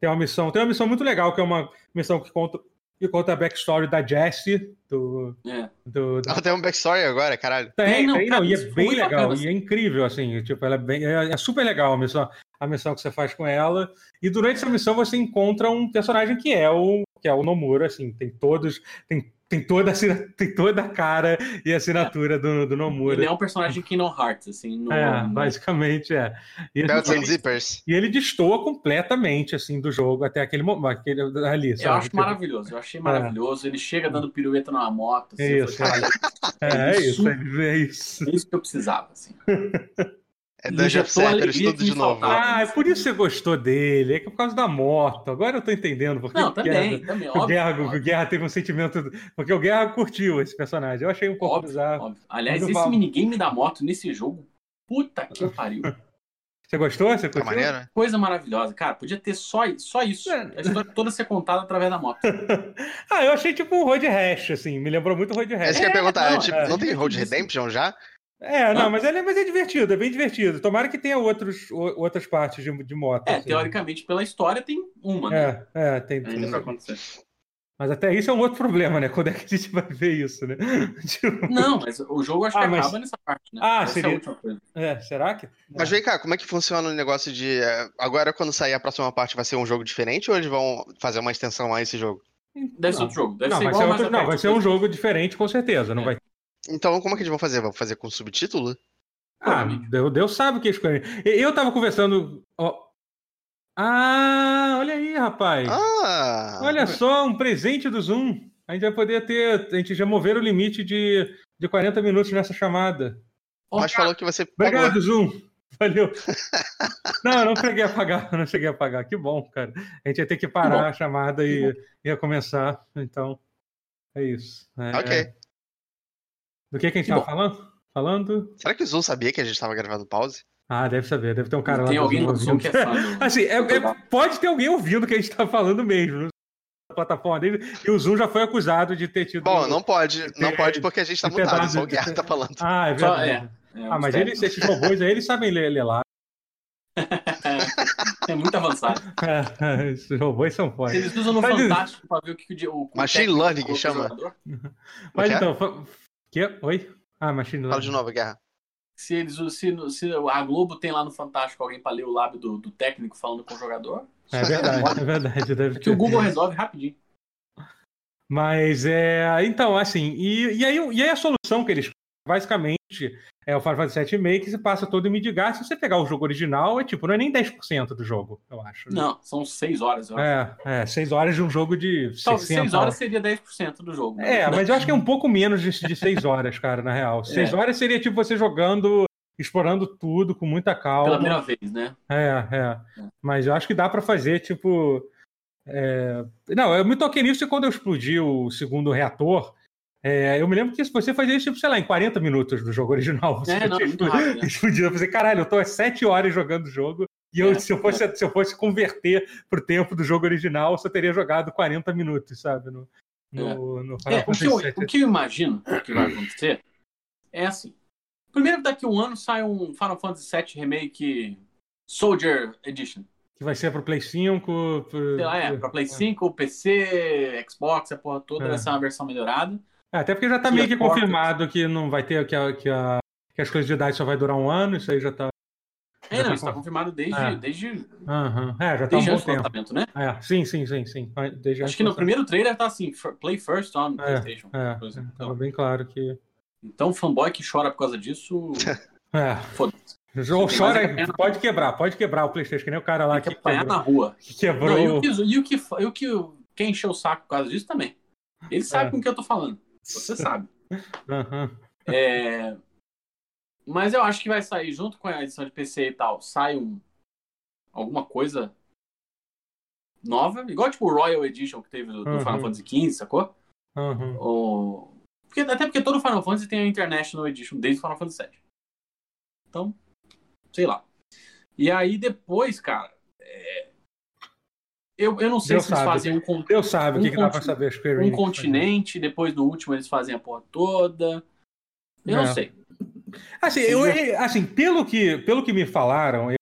tem uma missão, tem uma missão muito legal, que é uma missão que conta, que conta a backstory da Jessie, do.
É.
do, do-
Ela tem um backstory agora, caralho.
tem,
Tem, não,
tem,
cara,
não, e é
isso foi
bem
muito
legal,
bacana,
e é incrível, assim, tipo, ela é bem. É, é super legal a missão, a missão que você faz com ela. E durante essa missão você encontra um personagem que é o que é o Nomura, assim, tem todos, tem tem toda a, assina- tem toda a cara e a assinatura do, do Nomura.
Ele é um personagem Kingdom Hearts, assim. No,
né? É,
no-
basicamente é. E ele,
Belts and
ele,
Zippers.
e ele destoa completamente assim do jogo até aquele momento, aquele ali,
Eu
sabe?
acho maravilhoso, eu achei maravilhoso. Ele chega dando pirueta na moto, assim,
É
eu
isso,
falei, "Caralho,
É, é isso, é, é isso.
é isso que eu precisava, assim.
É
Ele
Dungeon
injetou
of Zeppers,
alegria
tudo
que
de
me
novo.
faltava.
Ah, é por isso que você gostou dele, é que por causa da moto. Agora eu tô entendendo porque
Não,
o Guerra,
também, também,
o
óbvio.
Guerra, o
óbvio,
Guerra teve um sentimento. Porque o Guerra curtiu esse personagem. Eu achei um pouco
Óbvio,
bizarro.
óbvio. Aliás,
Mas eu
esse
falo.
minigame da moto nesse jogo, puta que pariu.
Você gostou? Você
Tá
curtiu?
maneiro? né?
Coisa maravilhosa. Cara, podia ter só, só isso.
É.
A história toda ser contada através da moto.
Ah, eu achei tipo um Road Rash, assim. Me lembrou muito o Road
É
Rash.
isso que eu ia
É,
perguntar.
não,
é, tipo,
é.
não tem Road Redemption já?
É, não, mas, ele, mas é divertido, é bem divertido. Tomara que tenha outros, o- outras partes de, de moto.
É,
assim.
teoricamente, pela história tem uma, né?
É, é, tem.
Ainda vai acontecer.
Mas até isso é um outro problema, né? Quando é que a gente vai ver isso, né? Tipo,
Não, mas o jogo acho que
Ah, mas-
acaba nessa parte, né?
Ah,
Essa é a
seria-
última coisa.
é, será que?
Mas vem cá, como é que funciona o negócio de. eh, Agora, quando sair a próxima parte, vai ser um jogo diferente ou eles vão fazer uma extensão a esse jogo?
Deve ser
Então, não.
outro jogo. Deve
Não,
ser
vai
igual
ser,
a
outro-
Mass
não,
Effect,
vai ser um jogo diferente, com certeza. Não
É.
vai.
Então, como é que eles vão fazer? Vão fazer com subtítulo?
Ah,
Provavelmente.
Deus, Deus sabe que escolhe. Eu tava conversando. ó- Ah, olha aí, rapaz.
Ah!
Olha só, um presente do Zoom. A gente vai poder ter. A gente já mover o limite de, de 40 minutos nessa chamada.
Mas falou que você pagou.
Obrigado, Zoom. Valeu. Não, eu não cheguei a pagar, eu não cheguei a pagar. Que bom, cara. A gente ia ter que parar
bom.
a chamada e ia começar. Então, é isso. É,
Ok.
Do que, que a gente
Que
tava
bom.
falando? Falando?
Será que o Zoom sabia que a gente tava gravando pause?
Ah, deve saber, deve ter um cara lá.
Tem
do
alguém
Zoom
no Zoom que é
ouvindo.
fã do...
Assim, é- é- pode ter alguém ouvindo o que a gente tá falando mesmo. A plataforma dele. E o Zoom já foi acusado de ter tido.
Bom, não pode. Não
Tem-
pode porque a gente tá
tem
mutado.
pedaço
Só o
de-
Guerra tá falando.
Ah, é
Só-
verdade.
é, é um
Ah, mas
mistério.
eles, esses robôs aí, eles sabem ler, ler lá.
É muito avançado.
É, esses robôs são foda.
Eles usam no
Mas-
Fantástico pra ver o que que o... di- o o
Machine
técnico
learning,
colocou
chama.
pro jogador.
Mas
Como é que é?
então, fa- que? Oi? Ah, Machine
Fala
Learning.
de novo, Guerra.
Se, eles, usam- se, no- se a Globo tem lá no Fantástico alguém pra ler o lábio do, do técnico falando com o jogador,
É verdade, é verdade. Deve
que o
ter.
Google resolve rapidinho.
Mas é. Então, assim, e, e, aí, o- e aí a solução que eles. Basicamente, é o Final Fantasy VII Remake se passa todo em Midgar. Se você pegar o jogo original, é tipo, não é nem 10% do jogo, eu acho. né?
Não, são seis horas. Eu acho.
É, é, 6 horas de um jogo de
Talvez
60
seis horas seria 10% do jogo. né?
É, mas eu acho que é um pouco menos de, de seis horas, cara, na real. Seis
É.
horas seria tipo você jogando, explorando tudo com muita
Pela
calma.
primeira vez, né?
É, é. Mas eu acho que dá pra fazer, tipo. é, Não, eu me toquei nisso quando eu explodi o segundo reator. é, eu me lembro que se você fazia isso, tipo, sei lá, em 40 minutos do jogo original. Você
É, não,
tinha
muito rápido. né?
explodido. Eu falei, caralho, eu tô há sete horas jogando o jogo. E eu,
É,
se, eu fosse, se eu fosse converter pro tempo do jogo original, eu só teria jogado 40 minutos, sabe? No, no, no Final
É, o, que eu,
Fantasy VII.
o que eu imagino que vai acontecer é assim. Primeiro que daqui a um ano sai um Final Fantasy VII Remake Soldier Edition.
Que vai ser pro Play 5. Pro...
Sei lá, é, pra Play 5, PC, Xbox, a porra toda,
É.
vai ser uma versão melhorada.
É, até porque já tá
Que
meio que
importa.
confirmado que não vai ter, que a, que a, que a exclusividade só vai durar um ano, isso aí já tá.
É,
Já
não,
tá
isso tá
com-
confirmado desde,
É.
desde,
Aham. É, já tá
desde
um
antes
bom tempo.
do lançamento, né?
É, sim, sim, sim, sim. Desde antes
Acho que no
do-
primeiro trailer tá assim, f- play first on PlayStation.
É,
coisa.
tava bem claro que.
Então, o fanboy que chora por causa disso,
É.
foda-se.
Ou
Mas
chora,
é que a pena-
pode quebrar, pode quebrar o PlayStation, que nem o cara lá
Tem que
que
apanhar
quebrou.
na rua.
que quebrou
Não, e o que, e o que, fa- e o que quem encheu o saco por causa disso também. Ele sabe
É.
com o que eu tô falando. Você sabe.
Aham.
É, Mas eu acho que vai sair junto com a edição de PC e tal, sai um alguma coisa nova, igual tipo o Royal Edition que teve do, do
Uhum.
Final Fantasy XV, sacou?
aham.
Ou... Porque, até porque todo Final Fantasy tem a International Edition desde o Final Fantasy VII. Então, sei lá. E aí depois, cara, é, eu, eu não sei
Deus
se eles
sabe.
fazem um con-
Deus sabe o que,
Um
que dá pra
conti-
saber. Square
um
Enix fazer.
continente, depois do último eles fazem a porra toda. Eu
É.
não sei.
Assim,
né?
eu, eu- assim pelo, que, pelo que me falaram, eu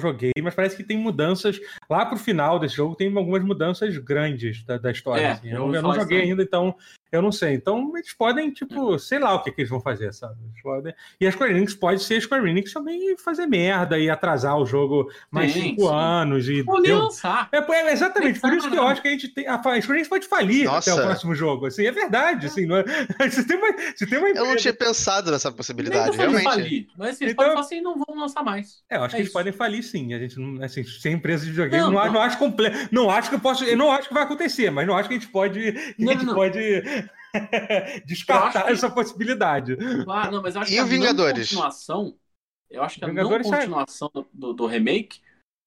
joguei, mas parece que tem mudanças. Lá pro final desse jogo tem algumas mudanças grandes da, da história.
É,
assim.
eu
Eu,
ouvi
eu não
falar isso né? É.
joguei
também.
ainda, então Eu não sei. Então, eles podem, tipo, sei lá o que, que eles vão fazer, sabe? Eles podem... E a Square Enix pode ser a Square Enix também fazer merda e atrasar o jogo mais
Sim,
cinco
sim.
anos. E
Vou nem
deu-
lançar.
É, é exatamente, por isso que eu acho que a gente tem. A, a Square Enix pode falir
Nossa.
até o próximo jogo. Assim, é verdade. Assim, não é- se, tem uma, se tem uma
Eu não
empresa-
tinha pensado nessa
Nem
possibilidade,
que eu falei
realmente.
falir, Mas assim, eles
Então-
podem falar assim, não vamos lançar mais.
É, eu acho que
É
eles
isso.
podem falir sim. A gente não, assim, sem empresa de videogame, não,
Não,
não,
não.
acho comple... não acho que eu posso, eu não acho que vai acontecer, mas não acho que a gente pode, que
Não,
a gente
não, não.
pode
Eu
descartar
acho que-
essa possibilidade.
Ah, não, mas eu acho
E
que a
o Vingadores?
não continuação, eu acho que a não
Vingadores sai.
continuação do, do- do remake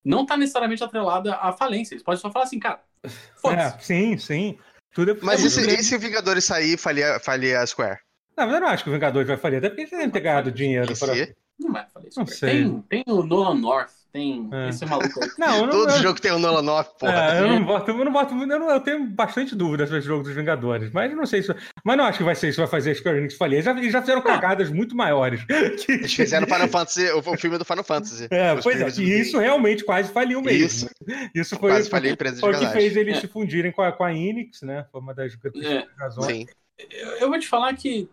não tá necessariamente atrelada à falência. Eles podem só falar assim, cara,
É,
foda-se.
sim, sim. Tudo é
Mas
possível.
e se, e se o Vingadores sair e falir, falir a Square?
Não, mas eu não acho que o Vingadores vai falir, até porque eles devem ter ganhado dinheiro
E
para.
se?
Não vai falar isso.
Não
cara.
sei.
Tem, tem o Nolan North, tem
É.
esse maluco aí.
Não, eu não,
Todo
eu-
jogo tem o Nolan 9, porra.
É, eu não boto, eu não boto, eu, não- eu tenho bastante dúvidas sobre esse jogo dos Vingadores, mas eu não sei se, mas não acho que vai ser isso que vai fazer a Square Enix falir. Eles já, eles já
Ah.
fizeram cagadas muito maiores. que-
Eles fizeram Final Fantasy, o, o filme do Final Fantasy.
É,
Os
pois é,
filmes do-
e isso realmente quase faliu mesmo. Isso, foi,
Quase falei empresa de
foi o que
verdade.
fez eles
É.
se fundirem com a, com a Inix, né? Foi uma das grandes
É.
razões.
Sim.
Eu, eu vou te falar que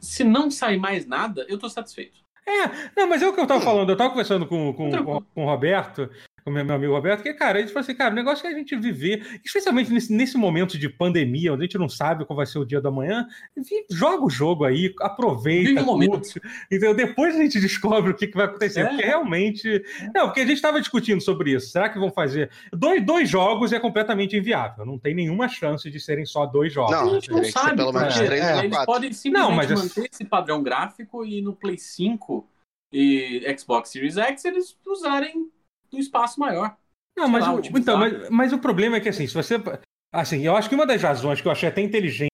se não sair mais nada, eu tô satisfeito.
É, não, mas é o que eu tava falando, eu tava conversando com, com, com,
Tranquilo.
com o Roberto, com o meu, meu amigo Roberto, que, cara, ele falou assim, cara, o negócio é a gente viver, especialmente nesse, nesse momento de pandemia, onde a gente não sabe qual vai ser o dia da manhã, vi- joga o jogo aí, aproveita.
Vive o momento.
curte, Entendeu? Depois a gente descobre o que, que vai acontecer,
É.
porque realmente. Não, porque a gente estava discutindo sobre isso. Será que vão fazer. Dois, dois jogos é completamente inviável, não tem nenhuma chance de serem só dois jogos. né?
Não,
a gente não
teria que ser
sabe,
pelo menos
porque
três ou
Eles
quatro.
podem simplesmente
Não, mas eu-
manter esse padrão gráfico e no Play 5 e Xbox Series X eles usarem um espaço maior.
Não,
Sei
mas,
lá,
o,
otimizar.
então, mas, mas o problema é que assim, se você. Assim, eu acho que uma das razões que eu achei até inteligente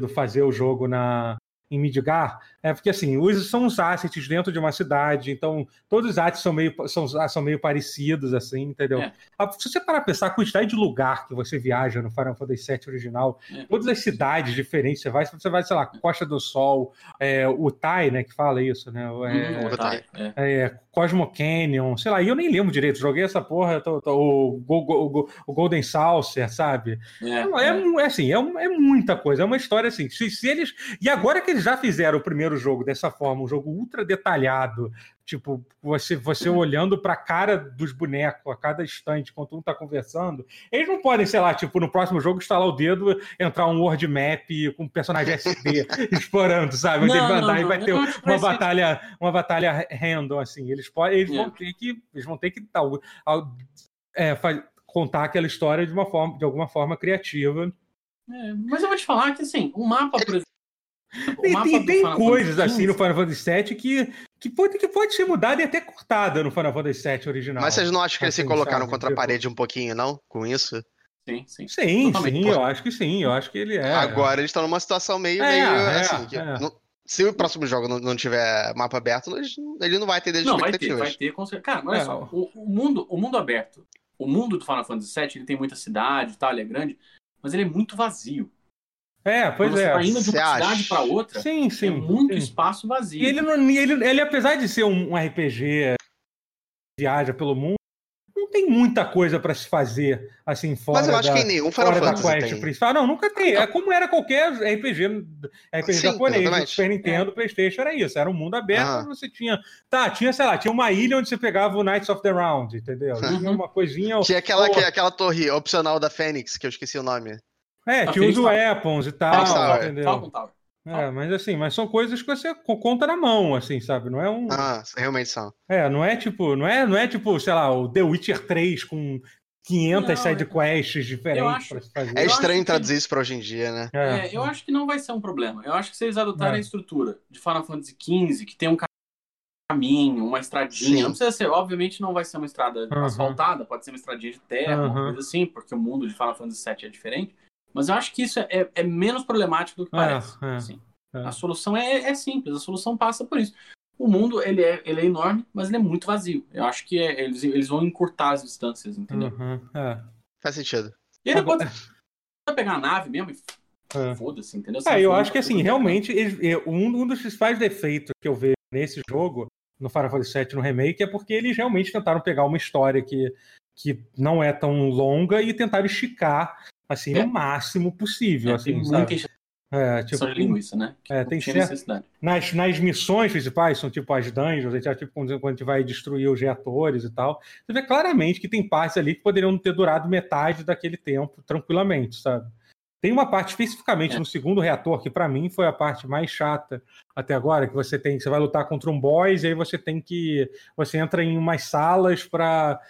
do fazer o jogo na em Midgar é porque assim, os, são os assets dentro de uma cidade, então todos os assets são meio, são, são meio parecidos, assim, entendeu?
É.
A- se você parar pra pensar a quantidade de lugar que você viaja no Final Fantasy VII original,
É.
todas as cidades diferentes, você vai, você vai, sei lá, Costa do Sol, é, Utai, né, que fala isso, né? é,
Hum, tá, é.
é, Cosmo Canyon, sei lá, e eu nem lembro direito, joguei essa porra, tô- tô- o, Go- Go- Go- o Golden Saucer, sabe?
É,
Não, É,
é.
mu- é assim, é, um- é muita coisa, é uma história assim, se, se eles... E agora que eles já fizeram o primeiro jogo dessa forma, um jogo ultra detalhado, tipo, você, você olhando pra cara dos bonecos, a cada instante, enquanto um tá conversando, eles não podem, sei lá, tipo, no próximo jogo estalar o dedo, entrar um world map com personagem SD explorando, sabe? Onde
Não,
ele vai
não,
andar e
não,
vai
eu
ter
acho que
uma
vai ser-
batalha, uma batalha random, assim. Eles, podem, eles vão
É.
ter que. Eles vão ter que tal, al- é, fa- contar aquela história de, uma forma, de alguma forma criativa.
É, mas eu vou te falar que assim, o mapa, por exemplo. o
E
mapa
tem,
do
tem
Final
coisas
Fantasy
assim no
XV,
Final Fantasy VII que, que, pode, que pode ser mudada e até cortada no Final Fantasy VII original.
Mas vocês não acham que eles se
Assim,
colocaram
sabe,
contra a
tipo-
parede um pouquinho, não? Com isso?
Sim, sim.
Sim,
Totalmente.
sim, eu acho que sim. Eu acho que ele é.
Agora eles estão numa situação meio,
É,
meio
é,
assim. que
é.
não- se o próximo jogo não, não tiver mapa aberto, eles- ele não vai ter desde
Não, vai ter, vai
expectativas.
ter, com certeza. Cara, olha
É,
só,
ó.
o, o mundo, o mundo aberto, o mundo do Final Fantasy VII, ele tem muita cidade e tal, ele é grande, mas ele é muito vazio.
É, pois
Quando você
é.
tá indo de
Você
uma
acha?
cidade pra outra,
Sim, sim.
é muito
sim.
espaço vazio.
E ele, não, ele, ele, apesar de ser um, um RPG viaja pelo mundo, não tem muita coisa pra se fazer assim fora
Mas eu acho
da,
que em nenhum Final
fora da
Fantasy
quest
tem.
principal. Não, nunca tem. É como era qualquer RPG, RPG
Sim,
japonês,
exatamente. É.
Super Nintendo, PlayStation, era isso. Era um mundo aberto,
Aham.
você tinha, tá, tinha, sei lá, tinha uma ilha onde você pegava o Knights of the Round, entendeu?
Uhum.
Tinha uma coisinha,
Tinha aquela,
Pô.
que- é aquela torre opcional da Fênix, que eu esqueci o nome.
é, tinha
A
os
Phoenix Tower.
weapons e
Falcon
tal,
Tower.
Tower,
entendeu?
Falcon Tower.
É, mas assim, mas são coisas que você co- conta na mão, assim, sabe? Não é um
Ah, realmente são.
É, não é tipo, não é, não é tipo, sei lá, o The Witcher 3 com 500
Não, é-
sidequests
eu
diferentes
acho-
pra se fazer.
É
acho
estranho
que-
traduzir isso pra hoje em dia, né?
É.
É, eu acho que não vai ser um problema. Eu acho que se eles adotarem
É.
a estrutura de Final Fantasy XV, que tem um ca- caminho, uma estradinha,
Sim.
não precisa ser, obviamente não vai ser uma estrada
Aham.
asfaltada, pode ser uma estradinha de terra, uma
Aham.
coisa assim, porque o mundo de Final Fantasy VII é diferente. Mas eu acho que isso é, é- é menos problemático do que
É,
parece.
é,
assim.
é.
A solução é, é simples, a solução passa por isso. O mundo, ele é, ele é enorme, mas ele é muito vazio. Eu acho que é- eles, eles vão encurtar as distâncias, entendeu?
Uhum, é,
Faz sentido.
E aí depois você vai pegar a nave mesmo e
é.
foda-se, entendeu? Você
É,
vai
eu
fazer
acho que assim,
tudo.
realmente, eles- eu- um, um dos principais defeitos que eu vejo nesse jogo, no Final Fantasy VII, no remake, é porque eles realmente tentaram pegar uma história que, que não é tão longa e tentaram esticar assim, o máximo possível.
É,
assim,
tem
sabe?
muita injeção
É, tipo,
de linguiça, né? Que
É,
não
tem
tinha
certo.
necessidade.
nas, nas missões principais, são tipo as dungeons, a gente, acha, tipo, quando quando a gente vai destruir os reatores e tal, você vê claramente que tem partes ali que poderiam ter durado metade daquele tempo tranquilamente, sabe? Tem uma parte especificamente
É.
no segundo reator, que pra mim foi a parte mais chata até agora, que você tem, você vai lutar contra um boss e aí você tem que, você entra em umas salas pra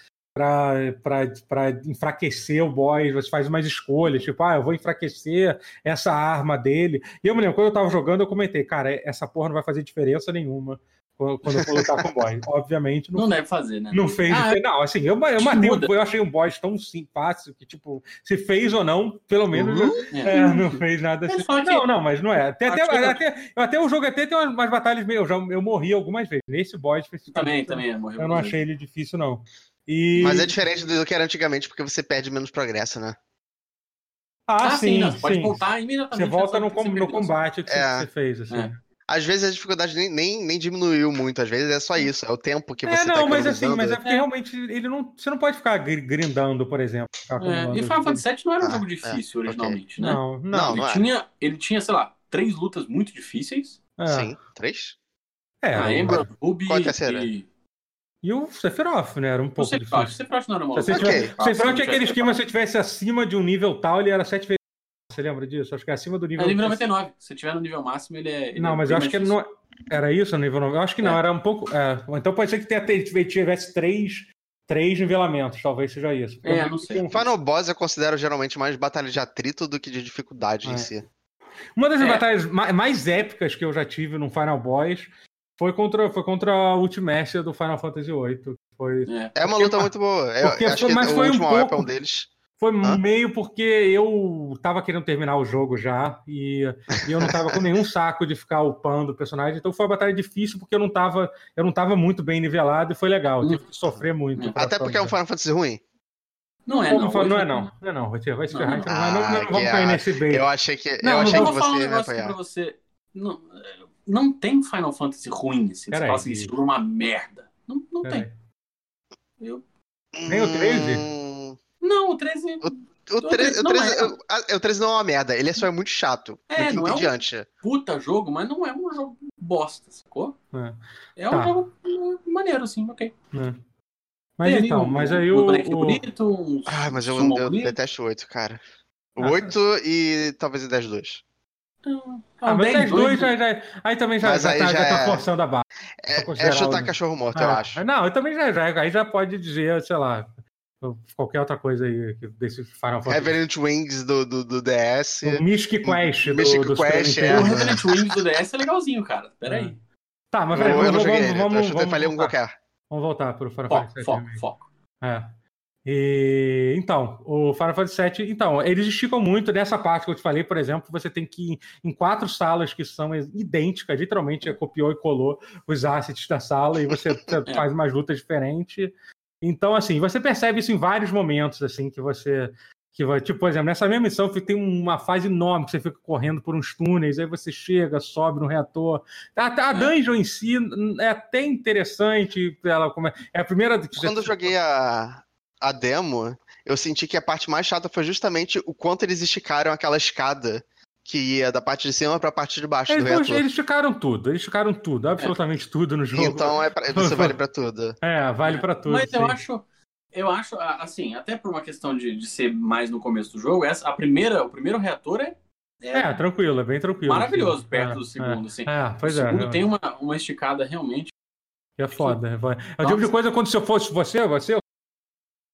para enfraquecer o boss, você faz umas escolhas, tipo, ah, eu vou enfraquecer essa arma dele. E eu me lembro, quando eu tava jogando, eu comentei, cara, essa porra não vai fazer diferença nenhuma quando quando eu for lutar com o boss. Obviamente, não
Não deve fazer, né?
não fez.
Ah,
difer- Não, assim, eu, eu matei um,
muda.
eu achei um boss tão sim, fácil que, tipo, se fez ou não, pelo menos.
é.
é, não fez nada assim.
Mas fala que-
Não, não, mas não é. Tem até,
Acho que não.
até, até o jogo até tem umas, umas batalhas meio. Eu, já, eu morri algumas vezes. Nesse boss
Também,
especificamente.
também é, morreu.
Eu não achei ele difícil, não. E...
Mas é diferente do que era antigamente, porque você perde menos progresso, né?
Ah,
Ah, sim,
sim,
não,
sim.
você pode voltar imediatamente.
Você volta no,
nessa hora
com-
que
no
você perdeu,
combate que você,
É.
que você fez, assim.
É.
Às vezes a dificuldade nem, nem, nem diminuiu muito, às vezes é só isso, é o tempo que você
Hum. É,
tá
não, mas assim,
economizando.
mas é porque
É.
realmente ele não, você não pode ficar gri- grindando, por exemplo. ficar
sabe? É,
acumulando
E Final Fantasy VII não era um
Ah,
jogo
é,
difícil originalmente, né?
assim. Não, não.
Não,
Ele,
é.
tinha, ele tinha, sei lá, três lutas muito difíceis.
é.
Sim, três?
É,
a
o-
Ember, Ruby
qual é a terceira?
e...
E o Sephiroth, né? Era um
O
pouco
Sephiroth. O
difícil.
Sephiroth não era uma
Se você
Ok.
tiver- Sephiroth
Ah, sim,
é aquele
Sephiroth.
esquema, se você tivesse acima de um nível tal, ele era sete vezes. Você lembra disso? Acho que é acima do
É
nível.
nível 99. Se tiver no nível máximo, ele é. ele é
Não, mas
bem
eu acho que
mais
ele
difícil.
não. é- Era isso o nível 9? Eu acho que não,
É.
era um pouco. é, ou Então pode ser que tenha- te- tivesse três, três nivelamentos, talvez seja isso.
É, não sei.
Um
Uhum.
Final Boss eu considero geralmente mais batalha de atrito do que de dificuldade
É.
em si.
Uma das
É.
batalhas ma- mais épicas que eu já tive num Final Boss foi contra, foi contra a Ultimaster do Final Fantasy VIII. que Foi,
É.
É uma
Porque-
luta muito boa. Eu
porque
acho
foi-
que
mas
o
foi um
último
pouco-
é um deles.
foi
Hã?
meio porque eu tava querendo terminar o jogo já e, e eu não tava com nenhum saco de ficar upando o personagem. Então foi uma batalha difícil porque eu não tava, eu não tava muito bem nivelado e foi legal. Eu tive que sofrer muito.
Hum.
pra
Até porque é um
ficar-
Final Fantasy ruim.
Não é,
Não,
não.
não,
Hoje
é não. Não é não, Rotier, vai se
Não,
ferrar.
não.
então vai- Não, não,
Ah,
vamos
que
cair
a-
nesse bait.
Eu achei que,
Não,
eu
não
achei
sei
Eu
que
vou falar um
você ia me
negócio aqui pra
apoiar.
você. Não, é, não tem Final Fantasy ruim. Assim. Você
Peraí.
fala assim, esse jogo é uma merda. não não tem.
Peraí. Nem o 13?
Hum,
Não, o é 13.
O 13
13
o
não
13
é.
eu- a- o 13 não é uma merda, ele só é muito chato.
É,
muito
não é um-
entediante.
puta jogo, mas não é um jogo bosta, sacou? É,
Tá.
um jogo uh, maneiro, assim, ok.
né? Mas
Tem ali
então,
um-
mas aí
um
o.
bonequinho
o-
bonito, um
Ah, mas eu,
sumo
eu
bonito.
detesto o 8, cara. O
Ah.
8 e talvez o 10 2.
Ah, mas
10,
10 dois
2,
já, já- aí também já,
Mas
já,
aí
tá,
já
já tá
é-
forçando a barra.
É,
Só
é
considerar
chutar
o-
cachorro morto,
É.
eu acho.
Não, eu também já, já, aí já pode dizer, sei lá, qualquer outra coisa aí que- desse Final Fantasy.
Revenant Wings do, do, do DS.
O Mystic Quest do,
Mystic
do
Quest,
Super
é.
O
Nintendo, né?
Resident Wings do DS é legalzinho, cara. Pera aí.
Tá, mas
eu,
peraí,
eu não
vamos,
joguei
vamos,
ele. eu
vamos,
chutei
vamos,
falhei um
voltar,
qualquer.
vamos voltar pro Final Fantasy
Foco,
VII.
foco,
mesmo.
foco.
É. E, então, o Final Fantasy VII, então, eles esticam muito nessa parte que eu te falei, por exemplo, você tem que ir em quatro salas que são idênticas, literalmente, é, copiou e colou os assets da sala e você
É.
faz umas lutas diferentes. Então, assim, você percebe isso em vários momentos, assim, que você que vai, tipo, por exemplo, nessa mesma missão fica- tem uma fase enorme que você fica correndo por uns túneis, aí você chega, sobe no reator. A, a
É.
dungeon em si n- é até interessante, ela come- é a primeira que você-
Quando eu joguei a, a demo, eu senti que a parte mais chata foi justamente o quanto eles esticaram aquela escada que ia da parte de cima pra parte de baixo
Eles,
do
não-
reator.
eles ficaram tudo, eles ficaram tudo, absolutamente tudo no jogo.
Então é pra, isso vale pra tudo.
é, vale pra tudo.
Mas eu
sim.
acho, eu acho, a- assim, até por uma questão de, de ser mais no começo do jogo, essa, a primeira, o primeiro reator é, é
É, tranquilo, é bem tranquilo.
maravilhoso
sim.
perto
É,
do segundo, assim.
É, é pois
o
é.
segundo
é,
tem uma, uma esticada realmente.
é foda. É, vai. é o tipo de
Nossa.
coisa quando se eu fosse você, você, eu-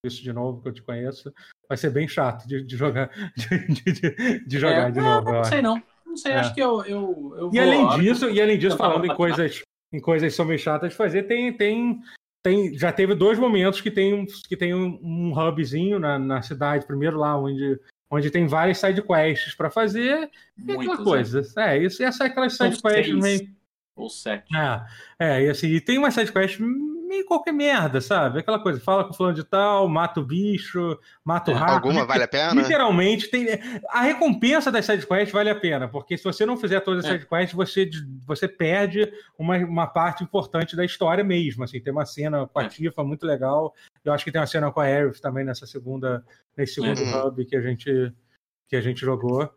isso de novo, que eu te conheço, vai ser bem chato de, de jogar, de, de- de- de jogar
É,
de
ah,
novo.
Não
é.
sei não. Não sei,
É.
acho que eu, eu, eu
E
vou- a
além
hora que
disso, e além disso,
eu tava
falando em
pra
coisas, em coisas que são meio chatas de fazer, tem, tem, tem, já teve dois momentos que tem, um- que tem um, um hubzinho na, na cidade, primeiro lá onde, onde tem várias side quests para fazer, e
muitas,
aquela coisa. É, isso, essa é aquelas
né? São
side quests
seis.
meio.
Ou sete.
É, é, e assim, e tem umas side quests meio qualquer merda, sabe? Aquela coisa, fala com o fulano de tal, mata o bicho, mata o
É,
rato.
Alguma vale a pena?
Literalmente, tem... é, a recompensa das sidequests vale a pena, porque se você não fizer todas as
É.
sidequests, você, des- você perde uma, uma parte importante da história mesmo. Assim, tem uma cena com a
É.
Tifa muito
É.
legal. Eu acho que tem uma cena com a Aerith também nessa segunda, nesse segundo
Uhum.
hub que a gente que a gente jogou.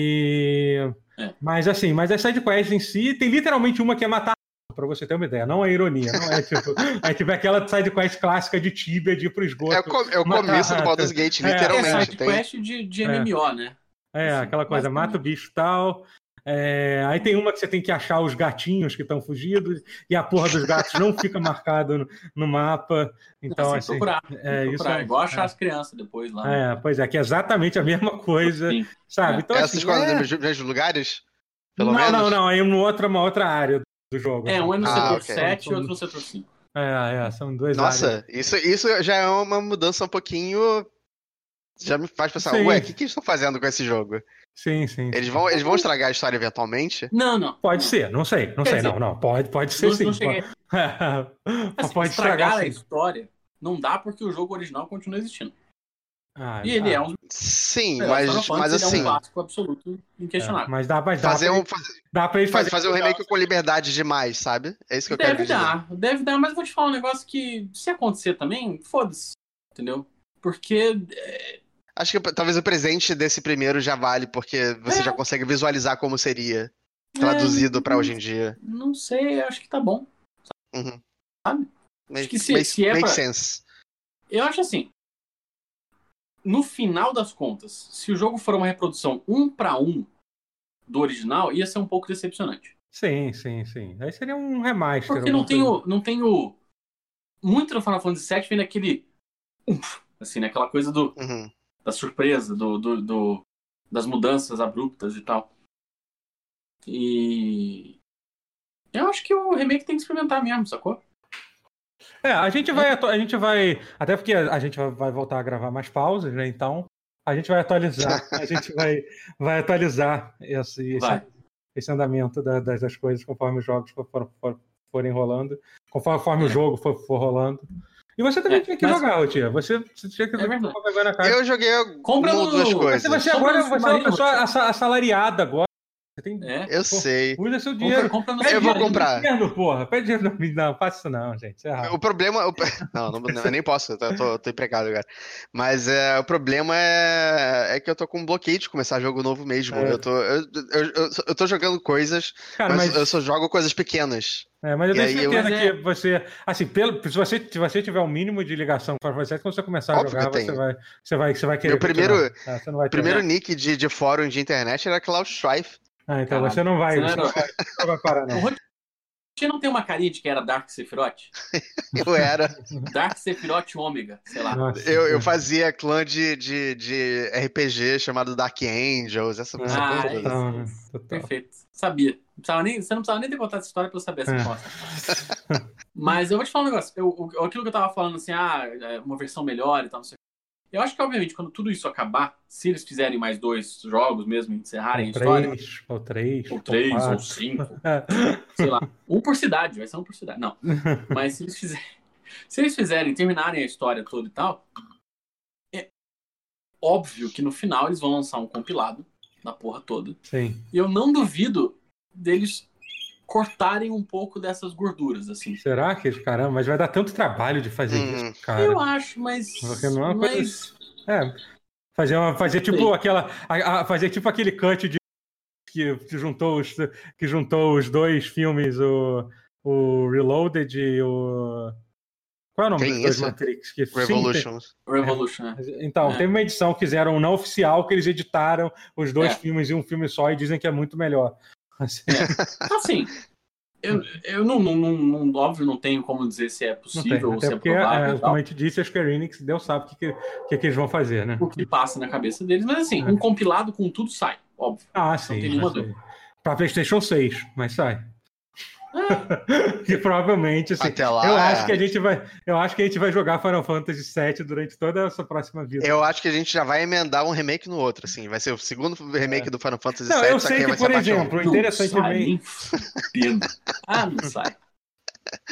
E.
É.
Mas assim, mas as sidequests em si tem literalmente uma que é matar. Pra você ter uma ideia, não é ironia, não é tipo. aí tiver aquela sidequest clássica de Tibia de ir pro esgoto.
É o, com- é o
Matar
começo do
rato.
Baldur's Gate,
É,
é
literalmente.
side
tem...
quest de, de
É.
MMO, né?
É,
Assim,
aquela coisa,
basicamente.
mata o bicho e tal. É, aí tem uma que você tem que achar os gatinhos que estão fugidos, e a porra dos gatos não fica marcada no, no mapa. Então, assim,
procurar.
é, isso
procurar.
é-
igual achar as crianças depois lá.
é, pois é, que é exatamente a mesma coisa,
Sim.
sabe?
É.
Então,
Essa
assim,
escola
é-
nos mesmos lugares? Pelo
não,
menos?
não, não, é uma outra, uma outra área do jogo.
É, um é no
Ah,
setor
ok.
7 e outro no setor 5.
É, é, são duas áreas.
Ah, Nossa, isso, isso já é uma mudança um pouquinho. Já me faz pensar,
Sim.
ué, o que, que eles estão fazendo com esse jogo?
Sim, sim.
Eles vão, eles vão estragar a história eventualmente?
Não, não.
Pode
não.
ser, não sei, não
Quer
sei,
dizer,
não, não, pode, pode ser
Não,
sim.
não cheguei. Assim,
pode
estragar
estragar
a
sim.
história não dá porque o jogo original continua existindo.
Ah,
E ele
ah,
é um dos
Sim,
melhores
mas,
Final Fantasy,
mas
ele é
assim, É,
um clássico absoluto inquestionável.
Mas dá, mas dá,
fazer,
pra,
um, faz-
dá pra ele
faz-
fazer.
fazer um remake com liberdade demais, sabe? É isso que eu quero
Deve
dizer.
dar, deve dar, mas eu vou te falar um negócio que se acontecer também, foda-se, entendeu? Porque é,
Acho que talvez o presente desse primeiro já vale, porque você
É. uhum.
já consegue visualizar como seria traduzido pra hoje em dia.
é, não sei, eu acho que tá bom.
Uhum.
Sabe?
Make,
que se-
make-
se é
make
pra-
sense.
Eu acho assim, no final das contas, se o jogo for uma reprodução um pra um do original, ia ser um pouco decepcionante.
Sim, sim, sim. Aí seria um remaster.
Porque não
alguma
tem
coisa.
o. Não tem o muito no Final Fantasy VII vem daquele. umf, assim, né? Aquela coisa do,
Uhum.
da surpresa, do, do, do- das mudanças abruptas e tal. E. Eu acho que o remake tem que experimentar mesmo, sacou?
É, a
né?
gente vai, atu- a gente vai, até porque a a gente vai- vai voltar a gravar mais pausas, né? Então, a gente vai atualizar, a gente vai, vai atualizar esse, esse-
Vai.
esse andamento da- das, das coisas conforme os jogos for- for- for- forem rolando, conforme, conforme o jogo for, for rolando. E você também
É,
tinha que
mas-
jogar, ô tia. Você, você tinha que
É verdade.
jogar na cara.
Eu joguei
Compra
uma ou
no-
duas
Mas
Mas
coisas.
você
Só
agora
pra
você é uma
submarino,
pessoa
tia.
assa- assalariada agora. Você tem.
É.
Eu
Pô,
sei.
Usa seu
Compra,
dinheiro. É,
compra no
Eu vou
Steam.
comprar.
Dinheiro, porra. Pede dinheiro pra mim. Não, faça isso não, gente. Isso é errado.
O problema. o- Não, não, eu nem posso, eu tô, tô- tô empregado agora. Mas é, o problema é, é que eu tô com um bloqueio de começar jogo novo mesmo.
É.
Eu, tô, eu, eu, eu- eu tô jogando coisas,
Cara,
mas,
mas,
eu só jogo coisas pequenas.
é, mas eu
e
tenho
aí eu-
certeza
Mas
que
é-
você, assim, pelo, se, você, se você tiver o mínimo de ligação com o Final Fantasy VII, quando você começar
Óbvio
a
que
jogar,
eu tenho.
você vai, você, vai, você vai querer.
Meu primeiro-
continuar. Ah, você não vai
O
ter-
primeiro nick de, de fórum de internet era Klaus Strife.
Ah, então
Caralho.
você não vai.
Você não
Você
era-
não vai, você não vai parar, não.
Você né? não tem uma carinha de que era Dark Sephiroth?
Eu era.
Dark Sephiroth Ômega, sei lá.
Nossa,
Eu, eu
cara.
fazia clã de, de, de RPG chamado Dark Angels, essa essa
Ah,
coisa. toda.
Total, né? Total.
Perfeito. Sabia. Não precisava nem, você não precisava nem ter contado essa história pra eu saber essa
É.
resposta. Mas eu vou te falar um negócio. Eu, o- aquilo que eu tava falando assim, ah, é uma versão melhor e tal, não sei o quê. Eu acho que, obviamente, quando tudo isso acabar, se eles fizerem mais dois jogos mesmo, encerrarem a história,
Três, ou três,
ou três, ou
quatro.
cinco,
É.
sei lá. Um por cidade, vai ser um por cidade. Não. Mas se eles fizerem, se eles fizerem terminarem a história toda e tal, é óbvio que no final eles vão lançar um compilado da porra toda.
Sim,
E eu não duvido deles cortarem um pouco dessas gorduras, assim.
será que, caramba, mas vai dar tanto trabalho de fazer
Hum.
isso, cara.
eu acho, mas.
Porque não é uma coisa-
mas...
É. Fazer, uma, fazer tipo
Sim.
aquela. a- a- fazer tipo aquele cut de. Que, que juntou, os, que juntou os dois filmes, o, o Reloaded e o. Qual é o nome
Tem
dos dois
isso?
Matrix? Que, sim,
Revolution.
Revolution, né?
tem- então,
É.
tem uma edição que fizeram um não oficial que eles editaram os dois
É.
filmes em um filme só e dizem que é muito melhor. Assim,
Assim. Eu, eu não, não, não, não- óbvio, não tenho como dizer se é
não tem.
possível ou
Até
se é
porque,
provável
é,
e tal,
como a gente disse, a Square Enix Deus sabe o que, que, o que, É. que eles vão fazer, né?
o que passa na cabeça deles. Mas assim, um compilado com tudo sai, óbvio.
Ah, sim.
tem nenhuma
mas- Pra PlayStation 6, mas sai.
É,
Que provavelmente, assim,
Até lá,
eu
é.
acho que a gente vai, eu acho que a gente vai jogar Final Fantasy VII durante toda essa próxima vida.
Eu acho que a gente já vai emendar um remake no outro, assim. Vai ser o segundo remake do Final Fantasy
Não,
VII,
eu
só
sei
aí
que,
vai ser a
por
parte um.
exemplo,
não sai,
interessantemente,
nem fudendo. Ah, não sai.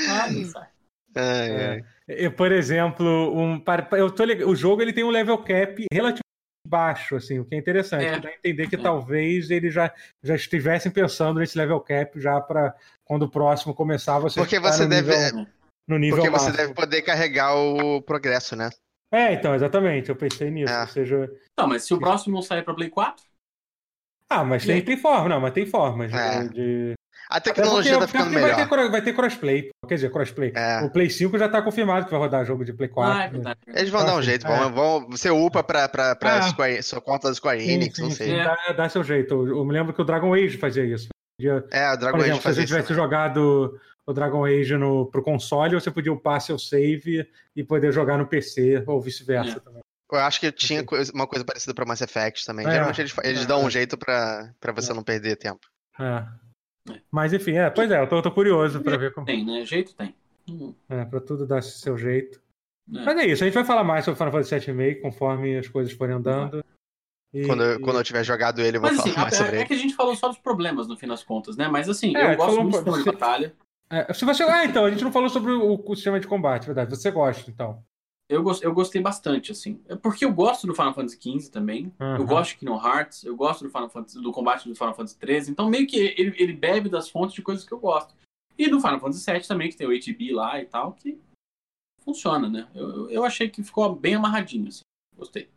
Ah, não sai.
Ai, ai.
eh, por exemplo, um, para- para- eu tô lig- o jogo ele tem um level cap relativamente baixo, assim, o que é interessante,
É.
que dá a entender que
É.
talvez eles já, já estivessem pensando nesse level cap já para quando o próximo começar você
Porque
ficar
você
tá no
deve-
nível, no nível
Porque você
máximo.
deve poder carregar o progresso, né?
É, então, exatamente. Eu pensei nisso.
É.
Ou seja.
Não, Então, mas se o próximo não sair pra Play 4,
Ah, mas
E
tem,
aí?
tem forma, não, mas tem formas.
É.
de- de-
A
Até porque-
tecnologia tá ficando
porque vai ter
melhor.
cro- vai ter crossplay, pô. quer dizer, crossplay.
É.
O Play 5 já tá confirmado que vai rodar jogo de Play 4.
ah, é
né?
verdade.
Eles vão dar um jeito, vão, vão, você upa pra, pra, pra
é. Ah.
Square- sua conta da Square
Sim,
Enix,
sim,
não
sim,
sei.
Dá, dá seu jeito. Eu, eu me lembro que o Dragon Age fazia isso. Podia,
É, o Dragon
por
Age
exemplo, se você
fazia isso.
tivesse
também.
jogado o Dragon Age no, pro console, você podia upar seu save e poder jogar no PC, ou vice-versa
É.
também.
Eu acho que tinha coisa- uma coisa parecida pra Mass Effect também.
É.
Geralmente eles, fa- eles
É.
dão um jeito pra, pra você não perder tempo.
É.
É.
Mas enfim, é, pois é, eu tô, eu tô curioso pra ver como.
Tem, né? Jeito tem. Hum,
É, pra tudo dar seu jeito.
né?
Mas é isso, a gente vai falar mais sobre Final Fantasy VII Remake conforme as coisas forem andando. E-
Quando, eu- quando eu tiver jogado ele, eu vou
Mas assim,
falar mais
a-
sobre
é,
ele.
que a gente falou só dos problemas no fim das contas, né? Mas assim,
É,
eu gosto
falou um
muito
pouco-
do de batalha.
É, se você... Ah, então, a gente não falou sobre o, o sistema de combate, é verdade. Você gosta, então.
Eu, gos- eu gostei bastante, assim. É porque eu gosto do Final Fantasy XV também.
Aham.
Eu gosto de Kingdom Hearts, eu gosto do Final Fantasy, do combate do Final Fantasy XIII. Então, meio que ele, ele bebe das fontes de coisas que eu gosto. E do Final Fantasy VII também, que tem o HB lá e tal, que funciona, né? Eu, eu- eu achei que ficou bem amarradinho, assim. Gostei.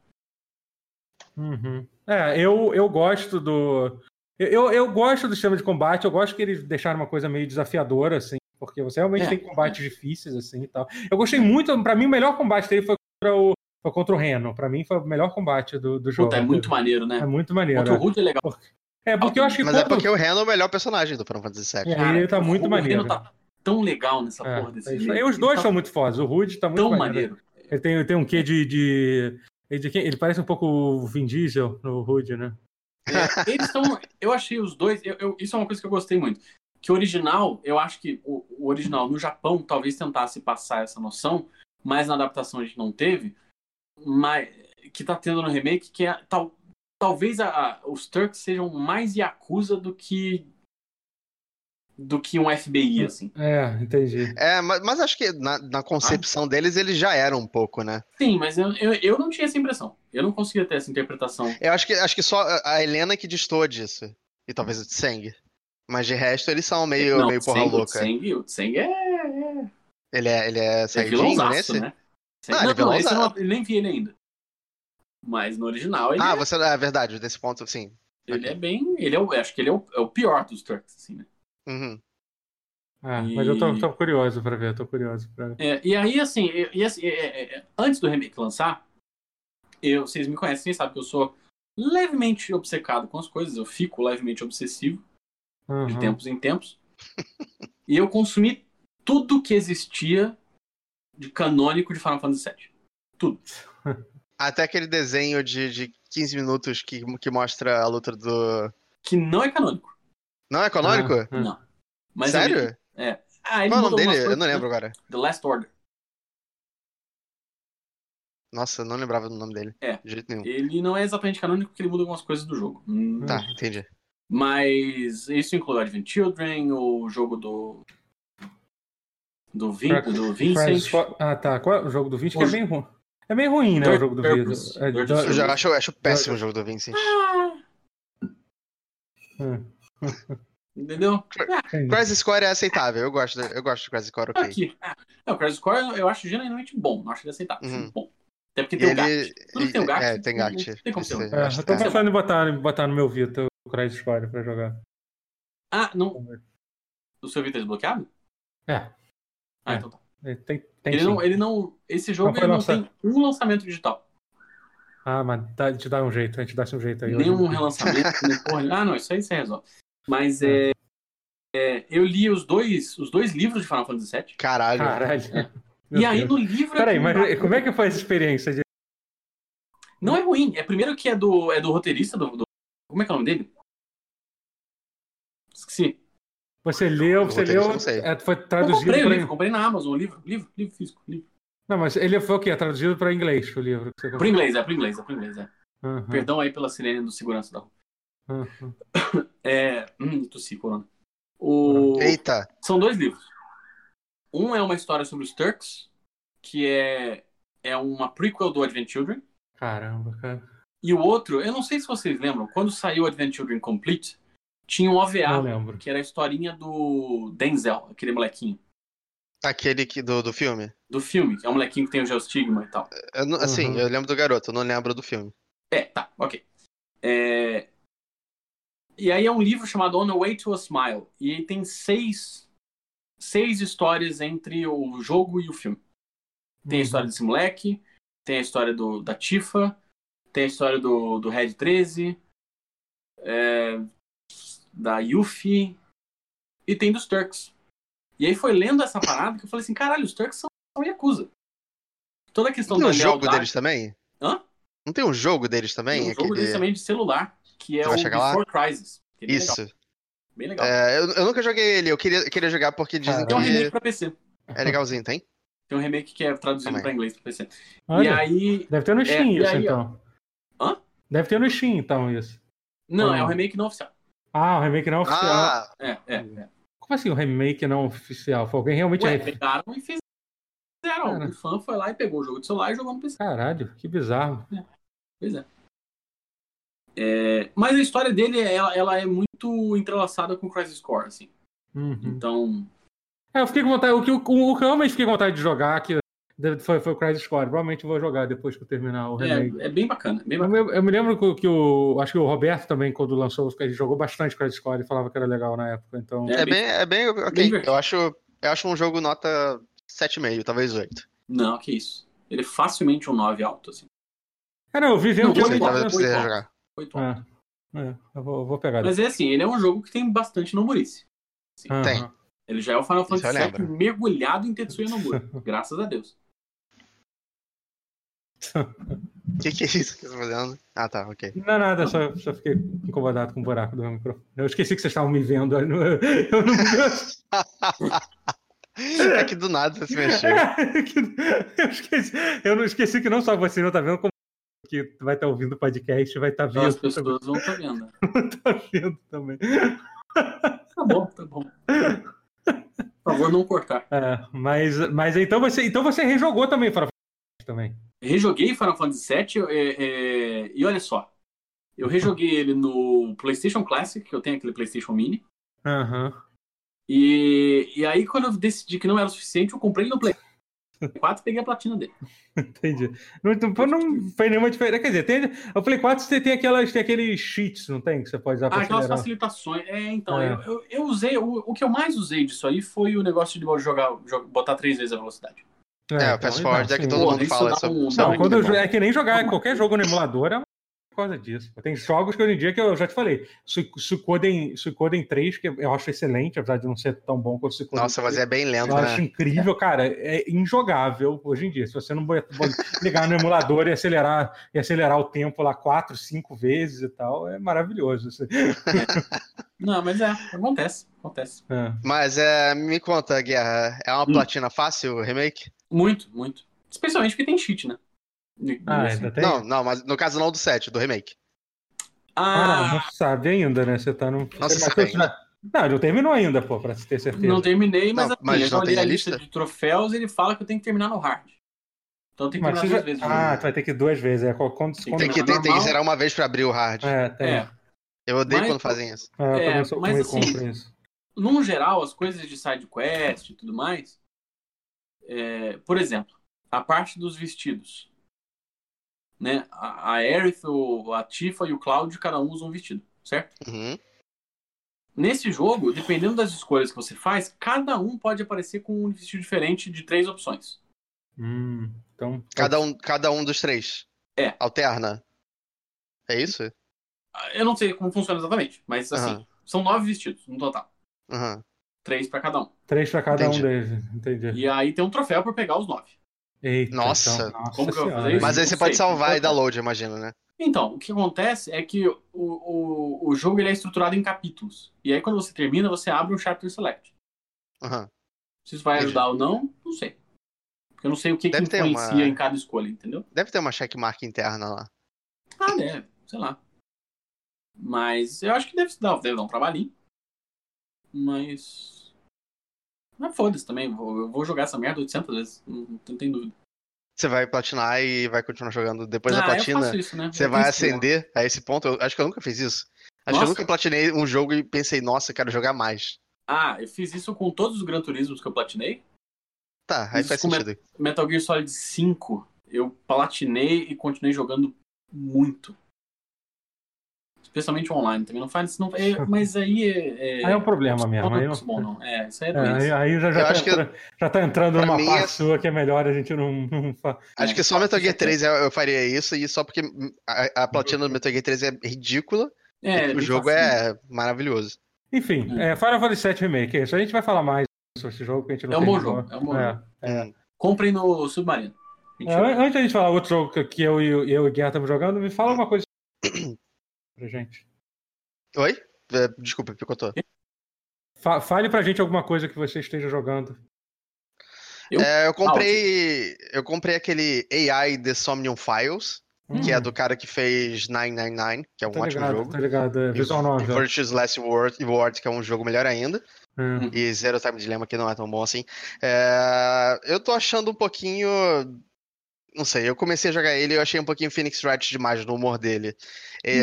Uhum. É, eu, eu gosto do. eu- Eu, eu gosto do sistema de combate, eu gosto que eles deixaram uma coisa meio desafiadora, assim, porque você realmente
É.
tem combates difíceis, assim e tal. Eu gostei muito, pra mim, o melhor combate dele foi contra o, foi contra o Reno. Pra mim, foi o melhor combate do, do jogo.
Puta, é muito maneiro,
É
né?
muito maneiro.
Contra o Rude é legal.
É, porque eu acho que
Mas é
quando-
porque o Ren é o melhor personagem do Final Fantasy VII.
É, ele tá muito
o
maneiro.
Reno tá tão legal nessa
É,
porra desse
é isso.
remake.
E os
Ele
dois
tá
são muito fodas. O Rude tá muito
tão
maneiro.
maneiro.
Ele tem, tem um quê de. de... Ele, de quem- ele parece um pouco o Vin Diesel no Rude, né?
É, eles estão. Eu achei os dois. eu- eu- isso é uma coisa que eu gostei muito. Que o original, eu acho que o, o original no Japão talvez tentasse passar essa noção, mas na adaptação a gente não teve. Mas que tá tendo no remake, que é tal, talvez a- a- os Turks sejam mais Yakuza do que. do que um
Hum.
FBI, assim.
É, entendi.
É, mas, mas acho que na, na concepção deles eles já eram um pouco, né?
Sim, mas eu, eu, eu não tinha essa impressão. Eu não conseguia ter essa interpretação.
Eu acho que, acho que só a- a Helena que destoa disso. E talvez o Tseng. Mas de resto eles são meio,
não,
meio porra
Tseng-
louca.
O Tseng, o Tseng é, é,
Ele é, ele é
é
saidinho
vilãozaço,
nesse?
né?
Não,
Não,
ele
não,
é vilãozaço.
esse eu não, eu nem vi ele ainda. Mas no original ele,
Ah,
é,
você. tá É verdade, desse ponto, sim.
ele é bem. Ele é, o- acho que ele é o, é o pior dos Turks, assim, né?
Uhum.
Ah, Mas eu tô, tô curioso pra ver, eu tô curioso pra ver.
É, e aí, assim, e- e assim, é, é, é, antes do remake lançar, eu, vocês me conhecem, vocês sabem que eu sou levemente obcecado com as coisas, eu fico levemente obsessivo de
Uhum.
tempos em tempos. e eu consumi tudo que existia de canônico de Final Fantasy VII.
Até aquele desenho de, de 15 minutos que, que mostra a luta do.
Que não é canônico.
Não é canônico?
Ah, ah.
Não. Mas é eu vi-
Sério?
Ah,
Qual é o
ele mudou
nome dele?
algumas
Eu
coisas,
não
né?
lembro agora.
The Last Order.
Nossa, eu não lembrava do nome dele.
É.
De jeito nenhum.
Ele não é exatamente canônico porque ele muda algumas coisas do jogo. Hum.
Tá, entendi.
Mas isso inclui o Advent Children, o jogo do. Do, Vin,
Fra-
do
Friends
Vincent.
for- Ah, tá. Qual é o jogo do Vinci que é
Hoje-
bem ruim. É meio ruim, né? O
Dirt
jogo do
Purpose.
Vinci. É,
Dirt
do-
Eu
Purpose.
já acho, eu acho péssimo o jogo do Vincent.
Ah,
é,
entendeu? Ah,
entendi.
Crisis Score é aceitável. Eu gosto, do- eu gosto de Crisis Score, ok.
Aqui. Ah, não, o Crisis Core eu- eu acho genuinamente bom. Não acho ele aceitável. acho
Uhum.
ele Bom. Até porque
E
tem o
ele-
Gact. Tudo que tem o Gact.
É, tem
não-
Gact.
Não tem como um ser
Isso
ruim.
aí.
É, eu tô
É.
pensando em botar, em botar no meu Vita o Crash Squad pra jogar.
Ah, não. O seu Vita é desbloqueado?
É.
Ah,
É.
então tá.
É, Tem, tem
Ele
sim.
não, ele não. Esse jogo
Não foi
ele não
lançado.
tem um lançamento digital.
Ah, mas dá- a gente dá um jeito, a gente dá um jeito aí.
nenhum
hoje.
relançamento, nem porra. Ah, não, isso aí você resolve. Mas é, é, eu li os dois, os dois livros de Final Fantasy VII.
Caralho.
Caralho.
e
Meu
aí
Deus.
no livro. é
Peraí,
que-
mas como é que foi essa experiência de.
Não é ruim. É primeiro que é do, é do roteirista do, do- Como é que é o nome dele? Esqueci.
Você leu,
Eu
você
vou ter que-
leu.
não sei.
é, foi
Eu
traduzido
comprei o
pra.
livro, comprei na Amazon o livro, livro, livro físico, livro.
Não, mas ele foi o quê? Traduzido pra inglês o livro. Que você
Pro inglês, é pro inglês, é pro inglês, é.
Aham,
Perdão aí pela sirene do segurança da rua.
aham.
É. Hum, tossi, corona. O...
Ah.
Eita.
São dois livros. Um é uma história sobre os Turks, que é, é uma prequel do Advent Children.
Caramba, cara.
E o outro, eu não sei se vocês lembram, quando saiu Advent Children Complete, tinha um
Não
OVA,
lembro.
que era a historinha do Denzel, aquele molequinho.
Aquele que, do, do filme?
do filme, que é um molequinho que tem o geostigma e tal.
Eu não- assim,
Uhum.
eu lembro do garoto, eu não lembro do filme.
É, tá, ok. É, E aí é um livro chamado On the Way to a Smile. E aí tem seis, seis histórias entre o jogo e o filme. Tem
Uhum.
a história desse moleque, tem a história do, da Tifa, tem a história do, do Red 13, é, da Yuffie, e tem dos Turks. E aí foi lendo essa parada que eu falei assim, caralho, os Turks são, são Yakuza. Toda a questão
Não tem
da
um jogo
lealdade-
deles também?
Hã?
Não tem um jogo deles também?
Tem um jogo
Aquele-
desse também de celular, que é
Você
o
vai chegar lá?
Before Crisis. que é bem
Isso.
Legal, bem legal.
É, eu, eu nunca joguei ele, eu queria, queria jogar porque dizem
Tem um
Caralho.
que
remake pra PC.
é legalzinho, tem?
Tem um remake que é traduzido
Também.
pra inglês pra PC. E
Olha,
aí. É,
Deve ter no Steam
e
isso,
aí, ó.
então.
Hã?
Deve ter no Steam, então, isso.
Não,
Ah.
é um remake não oficial.
Ah, o remake não oficial.
Ah,
É, é. é.
Como assim o remake não oficial? Foi alguém realmente...
Ué,
ref-
pegaram e fizeram.
Cara.
Um fã foi lá e pegou o jogo do celular e jogou no PC.
Caralho, que bizarro.
Pois é. É, mas a história dele, ela, ela é muito entrelaçada com Crisis Core, assim.
Uhum.
Então,
É, eu fiquei com vontade. O que, o, o que eu realmente fiquei com vontade de jogar aqui foi, foi o Crisis Core. Provavelmente eu vou jogar depois que eu terminar o remake.
é, é bem bacana. Bem
Eu,
bacana.
me- eu me lembro que, que o. Acho que o Roberto também, quando lançou, ele jogou bastante Crisis Core e falava que era legal na época. Então.
É
é, bem, é bem ok.
divertido.
eu, acho, eu acho um jogo nota 7,5, talvez 8.
Não, que isso. Ele é facilmente um 9 alto, assim.
Cara, É, eu vi um vendo
Não,
que eu
Não sei,
oito,
talvez eu
oito,
precise
oito.
jogar.
Oito alto.
É, é, eu vou, vou pegar.
Mas é assim, ele é um jogo que tem bastante nomurice.
Aham.
tem.
Ele já é o Final
Isso eu
Fantasy VII
lembro.
mergulhado em Tetsuya Nomura. graças a Deus.
O que, que é isso que você tá fazendo? Ah, tá, ok.
Não é nada, só, só fiquei incomodado com o buraco do meu microfone. Eu esqueci que vocês estavam me vendo. Eu não, eu não
É que do nada você se mexeu.
É, que- eu, esqueci, eu não esqueci que não só você não está vendo, como que vai estar ouvindo o podcast, vai estar
Então as
vendo,
pessoas vão estar vendo.
tá vendo também.
Tá bom, tá bom. Por favor, não cortar.
É, mas mas então, você, então você rejogou também Final Fantasy também.
Rejoguei Final Fantasy VII eu- é, é, e olha só. Eu rejoguei ele no PlayStation Classic, que eu tenho aquele PlayStation Mini.
Aham.
E, e aí, quando eu decidi que não era o suficiente, eu comprei ele no Play 4 e peguei a platina dele.
Entendi. Não, não, não fez nenhuma diferença. Quer dizer, tem, o Play 4 você tem, aquelas, tem aqueles cheats, não tem? Que você pode usar pra
Ah, aquelas
acelerar.
facilitações. É, então,
É.
Eu, eu, eu usei. O, o que eu mais usei disso aí foi o negócio de jogar, jogar- botar três vezes a velocidade.
É,
então,
o Pass
não,
Forward é que
sim.
todo
Pô,
mundo
isso
fala
dá
sobre.
um-
sobre
Não,
Não,
quando eu,
aquele
jo-
bom.
é que nem jogar qualquer jogo no emulador é uma- por causa disso. Tem jogos que hoje em dia que eu já te falei. Su- Suicoden, Suicoden 3, que eu acho excelente, apesar de não ser tão bom quanto Suicoden
Nossa,
3.
mas é bem lento,
Eu acho
né?
incrível, cara. É injogável hoje em dia. Se você não bo- bo- ligar no emulador e acelerar, e acelerar o tempo lá quatro, cinco vezes e tal, é maravilhoso. Isso.
Não, mas é, acontece, acontece.
É.
Mas é, me conta, Guerra, é uma
Hum.
platina fácil o remake?
Muito, muito. Especialmente porque tem cheat, né? E-
Ah,
assim.
ainda tem?
Não, não, mas no caso não do 7, do remake.
Ah,
Ah,
não sabe ainda, né? Você tá no.
Nossa,
Mas
você tem.
você já- Não, não terminou ainda, pô, pra ter certeza.
não terminei, mas
Não,
assim,
mas
eu
não
olhei
tem
a
a
lista
lista?
de troféus e ele fala que eu tenho que terminar no hard. Então eu tenho que
Mas
terminar
você
duas
já-
vezes. né?
Ah, tu vai ter que ir duas vezes. É, quando, quando...
Tem
Tem que, tem,
Não,
tem que
normal.
zerar uma vez pra abrir o hard.
É, tem.
É,
Eu odeio
Mas-
quando fazem isso.
Ah, eu
É,
também sou
mas
ruim
assim-
contra isso.
num geral, as coisas de side quest e tudo mais, é, por exemplo, a parte dos vestidos, né? A, a Aerith, o- a Tifa e o Cláudio, cada um usa um vestido, certo?
Uhum.
Nesse jogo, dependendo das escolhas que você faz, cada um pode aparecer com um vestido diferente de três opções.
Hum, então,
Cada, um, cada um dos três.
É.
Alterna. É isso?
Eu não sei como funciona exatamente, mas assim,
Aham.
são nove vestidos no total,
Aham.
três pra cada um.
três pra cada
Entendi.
um deles. Entendi.
E aí tem um troféu pra pegar os nove.
Eita,
Nossa.
então, nossa
Como que eu vou fazer
senhora.
isso?
Mas aí
não
você pode
sei,
salvar
não
e dar load, imagino, né?
Então, o que acontece é que o, o, o jogo ele é estruturado em capítulos. E aí, quando você termina, você abre um chapter select.
Aham.
Se isso vai
Entendi.
ajudar ou não, não sei. Porque eu não sei o que, que
Deve ter
influencia
uma-
em cada escolha, entendeu?
Deve ter uma checkmark interna lá.
Ah, deve, sei lá. Mas eu acho que deve dar, deve dar um trabalhinho. Mas. Mas foda-se também, vou- eu vou jogar essa merda 800 vezes, não, não tem dúvida.
Você vai platinar e vai continuar jogando depois da
ah, eu
platina.
faço isso, né?
Você
Eu
vai
tenho esse problema.
acender a esse ponto. Eu acho que eu nunca fiz isso. Acho que
Nossa.
eu nunca platinei um jogo e pensei, nossa, quero jogar mais.
Ah, eu fiz isso com todos os Gran Turismos que eu platinei.
Tá, aí
Isso
faz
como é-
sentido.
Metal Gear Solid 5, eu platinei e continuei jogando muito. Especialmente online também. Não faz isso. Não, é, mas aí é.
Aí é um problema
não
mesmo.
é
Aí, eu-
muito bom, não. É, isso aí é
é,
doença.
aí- aí já, já,
Eu
tá
acho que-
entrando, já tá entrando
pra
numa
mim é-
parte sua que é melhor a gente não, não fa-
Acho
É.
que só Metal Gear 3 eu eu faria isso, e só porque a, a platina do Metal Gear 3 é ridícula,
É,
o
bem
jogo
facinho.
é maravilhoso.
Enfim, é, Final Fantasy VII Remake, é isso. A gente vai falar mais sobre esse jogo que a gente não
É um bom
terminou.
jogo, é um bom jogo.
É.
Hum.
Comprem no Submarino.
É,
Mentira.
an- antes da gente falar outro jogo que- que eu e, o- eu e o Guerra estamos jogando, me fala uma coisa pra gente.
Oi? É, Desculpa, picotou.
Fa- fale pra gente alguma coisa que você esteja jogando.
Eu-
É, eu comprei. Eu comprei aquele AI The Somnium Files, que é
Hum.
do cara que fez 999, que é um
Hum, Tá
ótimo
ligado,
jogo.
tá ligado. É, Visual
E
Novel.
Virtue's Last Word, Word, que é um jogo melhor ainda.
É.
E Zero Time Dilemma, que não é tão bom assim. É, eu tô achando um pouquinho. Não sei, eu comecei a jogar ele e eu achei um pouquinho Phoenix Wright demais no humor dele. É,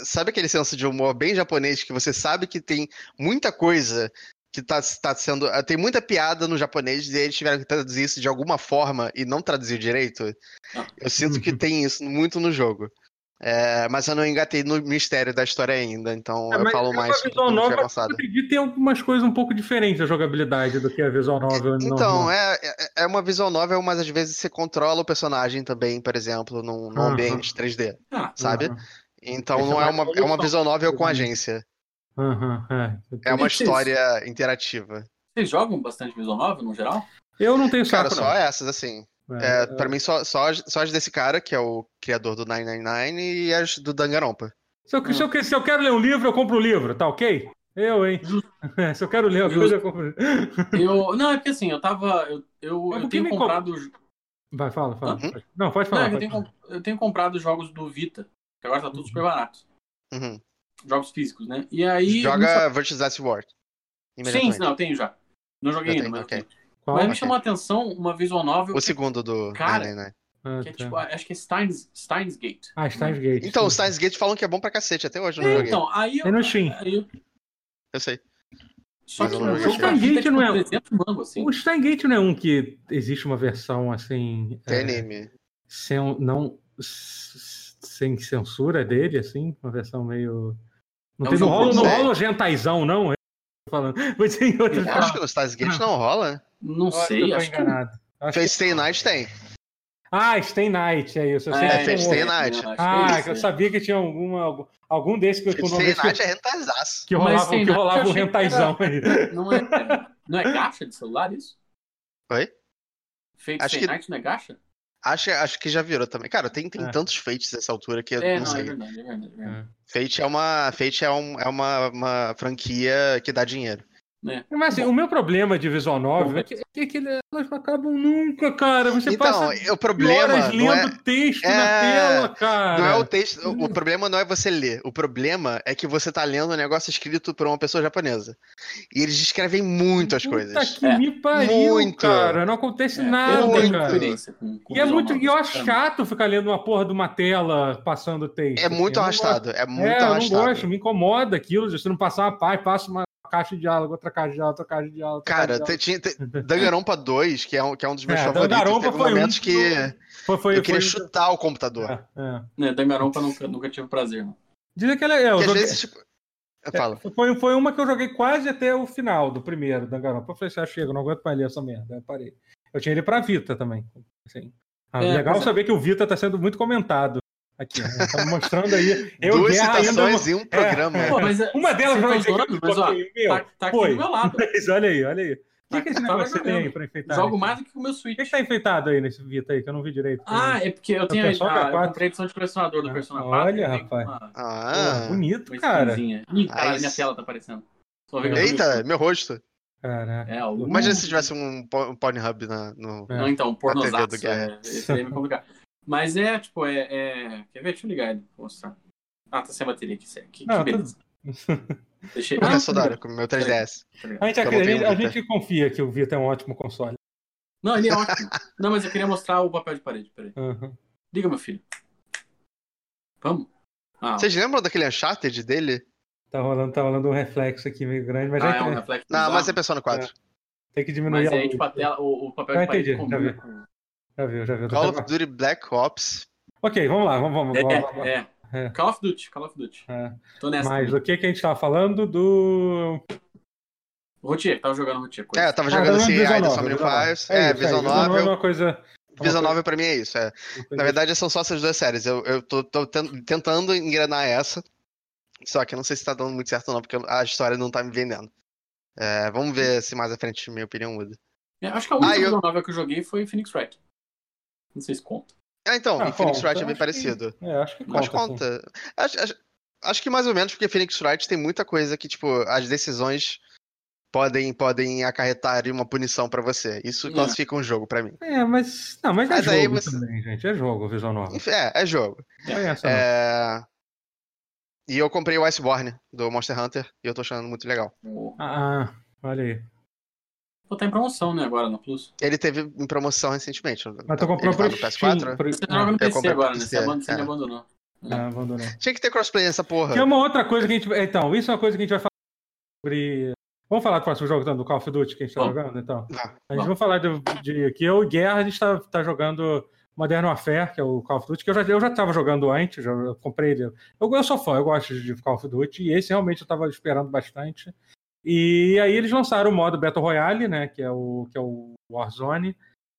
Hum.
Sabe aquele senso de humor bem japonês que você sabe que tem muita coisa que tá, tá sendo. Tem muita piada no japonês e eles tiveram que traduzir isso de alguma forma e não traduzir direito?
Ah.
Eu sinto que tem isso muito no jogo. É, mas eu não engatei no mistério da história ainda, então
É,
eu
mas
falo
é uma
mais quando
visual
eu tiver
novel, Eu
avançado.
acredito que tem algumas coisas um pouco diferentes da jogabilidade do que a Visual Novel.
Então,
normal.
é, é- é uma visual novel, mas às vezes você controla o personagem também, por exemplo, num, num
Aham.
ambiente 3D,
Ah,
sabe?
Aham,
Então
Essa
não
é uma
é uma, é uma
evolução.
visual novel com agência.
aham, é.
É uma
Isso, isso.
história interativa.
vocês jogam bastante Visual 9 no geral?
Eu não tenho
Cara,
saco,
só essas, assim.
não.
É, pra mim, só, só, as- só as desse cara, que é o criador do 999, e as do Danganronpa.
Se eu, se, eu, se eu quero ler um livro, eu compro o livro, tá ok? Eu, hein? É, se eu quero ler alguma coisa, eu compro. um
Eu, não, é porque assim, eu tava. Eu, eu,
Mas por
eu
que
tenho
me
comprado.
Vai, fala, fala.
Hã?
Não, pode falar.
Não, é
pode
eu
falar.
tenho, eu tenho comprado jogos do Vita, que agora tá tudo super barato.
Uhum.
Jogos físicos, né? E aí.
Joga Virtuous Last Ward.
Sim,
Imediatamente.
sim, não, eu tenho já. Não joguei
Já
ainda,
tem,
mas. eu
ok.
tenho.
Qual? é?
Mas
Ok.
me chamou a atenção uma visual novel
O segundo do
Cara,
999.
Ah,
que é
tá.
tipo, acho que é Steins, Steins Gate.
Ah, Steins Gate.
Então, os Steins Gate falam que é bom pra cacete, até hoje eu não
É,
joguei.
então, aí eu.
É no Steam.
aí eu-
Eu sei.
só
Mas
que
eu não
o
joguei.
jogo pra
Steins
Vita
Gate não é-
tipo 300 mango, assim.
O Steins Gate não é um que existe uma versão assim.
Tem
é,
anime.
sem, não, s- sem censura dele, assim? Uma versão meio. Não,
É
tem, não
um jogo
rola, não
sério.
rola gentaizão, não? Eu tô falando. Mas tem outro.
Eu
Eu acho que no Steins Gate não rola.
Não
Eu acho que eu
sei,
tô
acho que.
enganado. Acho que-
Fez Stay Night tem.
Ah, Stein Knight, é isso. Eu sei
É,
que tem
Fez
um-
Stay Night.
acho que é
Ah,
isso,
eu
é.
sabia que tinha alguma, algum- algum desses que eu com o nome
Stay
desse
Night é rentazaço.
que
Mas
rolava,
Stay
que
Night
rolava
eu
o
achei que era-
rentaizão aí.
Não é, não é gacha de celular isso?
Oi?
Fate
Acho
Stay
que-
Night não é gacha?
Acho, acho que já virou também. Cara, tem, tem
É.
tantos feites nessa altura que eu
É,
não,
não, é
sei.
verdade, é verdade. É verdade.
Fate é uma, Fate é um, é uma, uma franquia que dá dinheiro.
Mas assim, o meu problema de Visual
Bom,
Novel é que, é que ele- elas não acabam nunca, cara. Você
então,
passa
o problema
horas
não é,
lendo texto na
é-
tela, cara.
não é o texto. O o problema não é você ler. O problema é que você tá lendo um negócio escrito por uma pessoa japonesa. E eles descrevem muito as
Puta
coisas.
que
É.
me pariu,
Muito.
cara. Não acontece
É, eu
nada,
não tenho
cara.
experiência com, com
E é
visual
muito. E eu
novel,
acho
cara.
chato ficar lendo uma porra de uma tela passando texto.
É
assim,
muito
eu não
arrastado. É muito
é,
arrastado.
eu não gosto, me incomoda aquilo. Se você não passar uma pá, passa uma caixa de diálogo, outra caixa de diálogo, outra caixa de diálogo. outra
Cara,
caixa de
te- tinha- te- Danganronpa 2, que é um, que é um dos meus
É,
favoritos,
Danganronpa
teve
foi um
momentos
do-
que
diálogo. Foi, foi,
eu queria
foi-
chutar o computador.
É, é.
Né, Danganronpa nunca, nunca tive prazer, não.
Dizem que ela é. eu
Porque às
joguei-
vezes, tipo. Fala.
Foi, foi uma que eu joguei quase até o final do primeiro, da garopa. Eu falei assim, ah, chega, não aguento mais ler essa merda. Aí Eu parei. Eu tinha ele pra Vita também. assim. Ah,
É,
legal
pois é.
saber que o Vita tá sendo muito comentado aqui. Né? Tá me mostrando aí. Eu
Duas
Guerra, ainda.
citações em um programa.
É.
Pô, mas é-
Uma delas
você
vai
tá
dizer que eu
zoando, mas ó,
bloqueei o meu.
tá, tá aqui
Foi.
do meu lado.
Mas olha aí, olha aí. O que, que esse
Tá-
negócio
tava
tem aí
jogando.
pra enfeitar?
Jogo
isso?
mais do que o meu Switch.
O que, que tá enfeitado aí nesse Vita aí, que eu não vi direito?
Ah, é porque eu tenho
Persona
a, a
quatro. Ah,
eu comprei a edição de colecionador do Persona 4.
Olha,
ele vem com
rapaz.
Uma,
Pô,
Ah.
bonito,
uma
cara.
skinzinha. Ih, caralho,
Aí
minha
sim.
tela tá aparecendo. Só ver que eu tô no
Eita, meu rosto.
Caraca.
É, o...
Imagina se tivesse um, po- um Pornhub na, no.
É.
Não, então,
A TV do
pornozaço.
Guerra.
É, esse aí é meio complicado. Mas é, tipo, é, é- Quer ver? Deixa eu ligar ele. Vou mostrar. Ah, tá sem bateria aqui. sério. Que, que
Ah, tá-
beleza. Deixei...
Eu
Ah,
sou da hora, com o meu 3DS.
tá ligado.
A gente,
Eu não
acredita-
tenho
a
um Vita.
gente confia que o Vita é um ótimo console.
Não, ele é ótimo. Não, mas eu queria mostrar o papel de parede. Peraí.
Uhum.
Liga, meu filho. Vamos? Ah,
Vocês lembram daquele Uncharted dele?
Tá rolando, tá rolando um reflexo aqui meio grande, mas
ah,
já
é um
entendi.
reflexo.
Não,
bizarro.
mas é Persona 4.
Tem que diminuir
Mas
a
aí,
luz.
tipo, a tela, o, o papel
Ah,
de parede
entendi, já
combina
vi.
com-
Já viu, já viu. tá
Call of Duty Black Ops.
Ok, vamos lá, vamos, vamos, vamos, vamos.
É, é.
É.
Call of Duty, Call of Duty.
É.
Tô nessa.
Mas o que, que a gente tava falando do. Ah,
O Rotier, tava jogando Rotier.
É, eu tava jogando esse
Visual
Ida
novel,
Somnium
visual novel.
Files. É,
isso,
Visão
visual novel é
Novel.
uma coisa.
Visão Novel pra mim é isso. é.
uma coisa-
Na verdade, são só essas duas séries. Eu, eu tô, tô ten- tentando engrenar essa. Só que eu não sei se tá dando muito certo, ou não, porque a história não tá me vendendo. É, vamos ver se mais à frente minha opinião muda.
É, acho que a única
Ah, eu-
visão novel que eu joguei foi Phoenix Wright. Não sei se conta.
Ah, então,
Ah,
e Phoenix
conta,
Wright é
acho
bem
que-
parecido.
É, acho que conta.
Mas
assim.
conta. Acho, acho- acho que mais ou menos, porque Phoenix Wright tem muita coisa que, tipo, as decisões podem, podem acarretar em uma punição pra você. Isso
É.
classifica um jogo pra mim.
É, mas. Não, mas,
Mas
é
aí
jogo
você-
também, gente. É jogo, Visual Novel.
Enfim, é, é jogo.
Não é essa, não.
É... E eu comprei o Iceborne do Monster Hunter e eu tô achando muito legal.
Pô,
Ah, olha aí.
tá em promoção, né, agora na Plus.
Ele teve em promoção recentemente.
Mas tu
Ele
comprou
tá
pro
no
Steam.
PS4?
pro-
Você joga no PC
Ah, comprei
agora,
pro
né?
PC,
Você, aban- você
é.
me abandonou.
Ah, abandonou.
Tinha que ter crossplay nessa porra.
Que é uma outra coisa que a gente. Então, isso é uma coisa que a gente vai falar sobre. Vamos falar do próximo jogo então, do Call of Duty que a gente tá
Vamos.
jogando, então.
Vá.
A gente
Vamos.
vai falar de, de que eu e Guerra, a gente tá, tá jogando Modern Warfare, que é o Call of Duty, que eu já, eu já tava jogando antes, já, eu comprei ele. Eu, eu sou fã, eu gosto de Call of Duty, e esse realmente eu tava esperando bastante. E aí eles lançaram o modo Battle Royale, né? Que é o, que é o Warzone.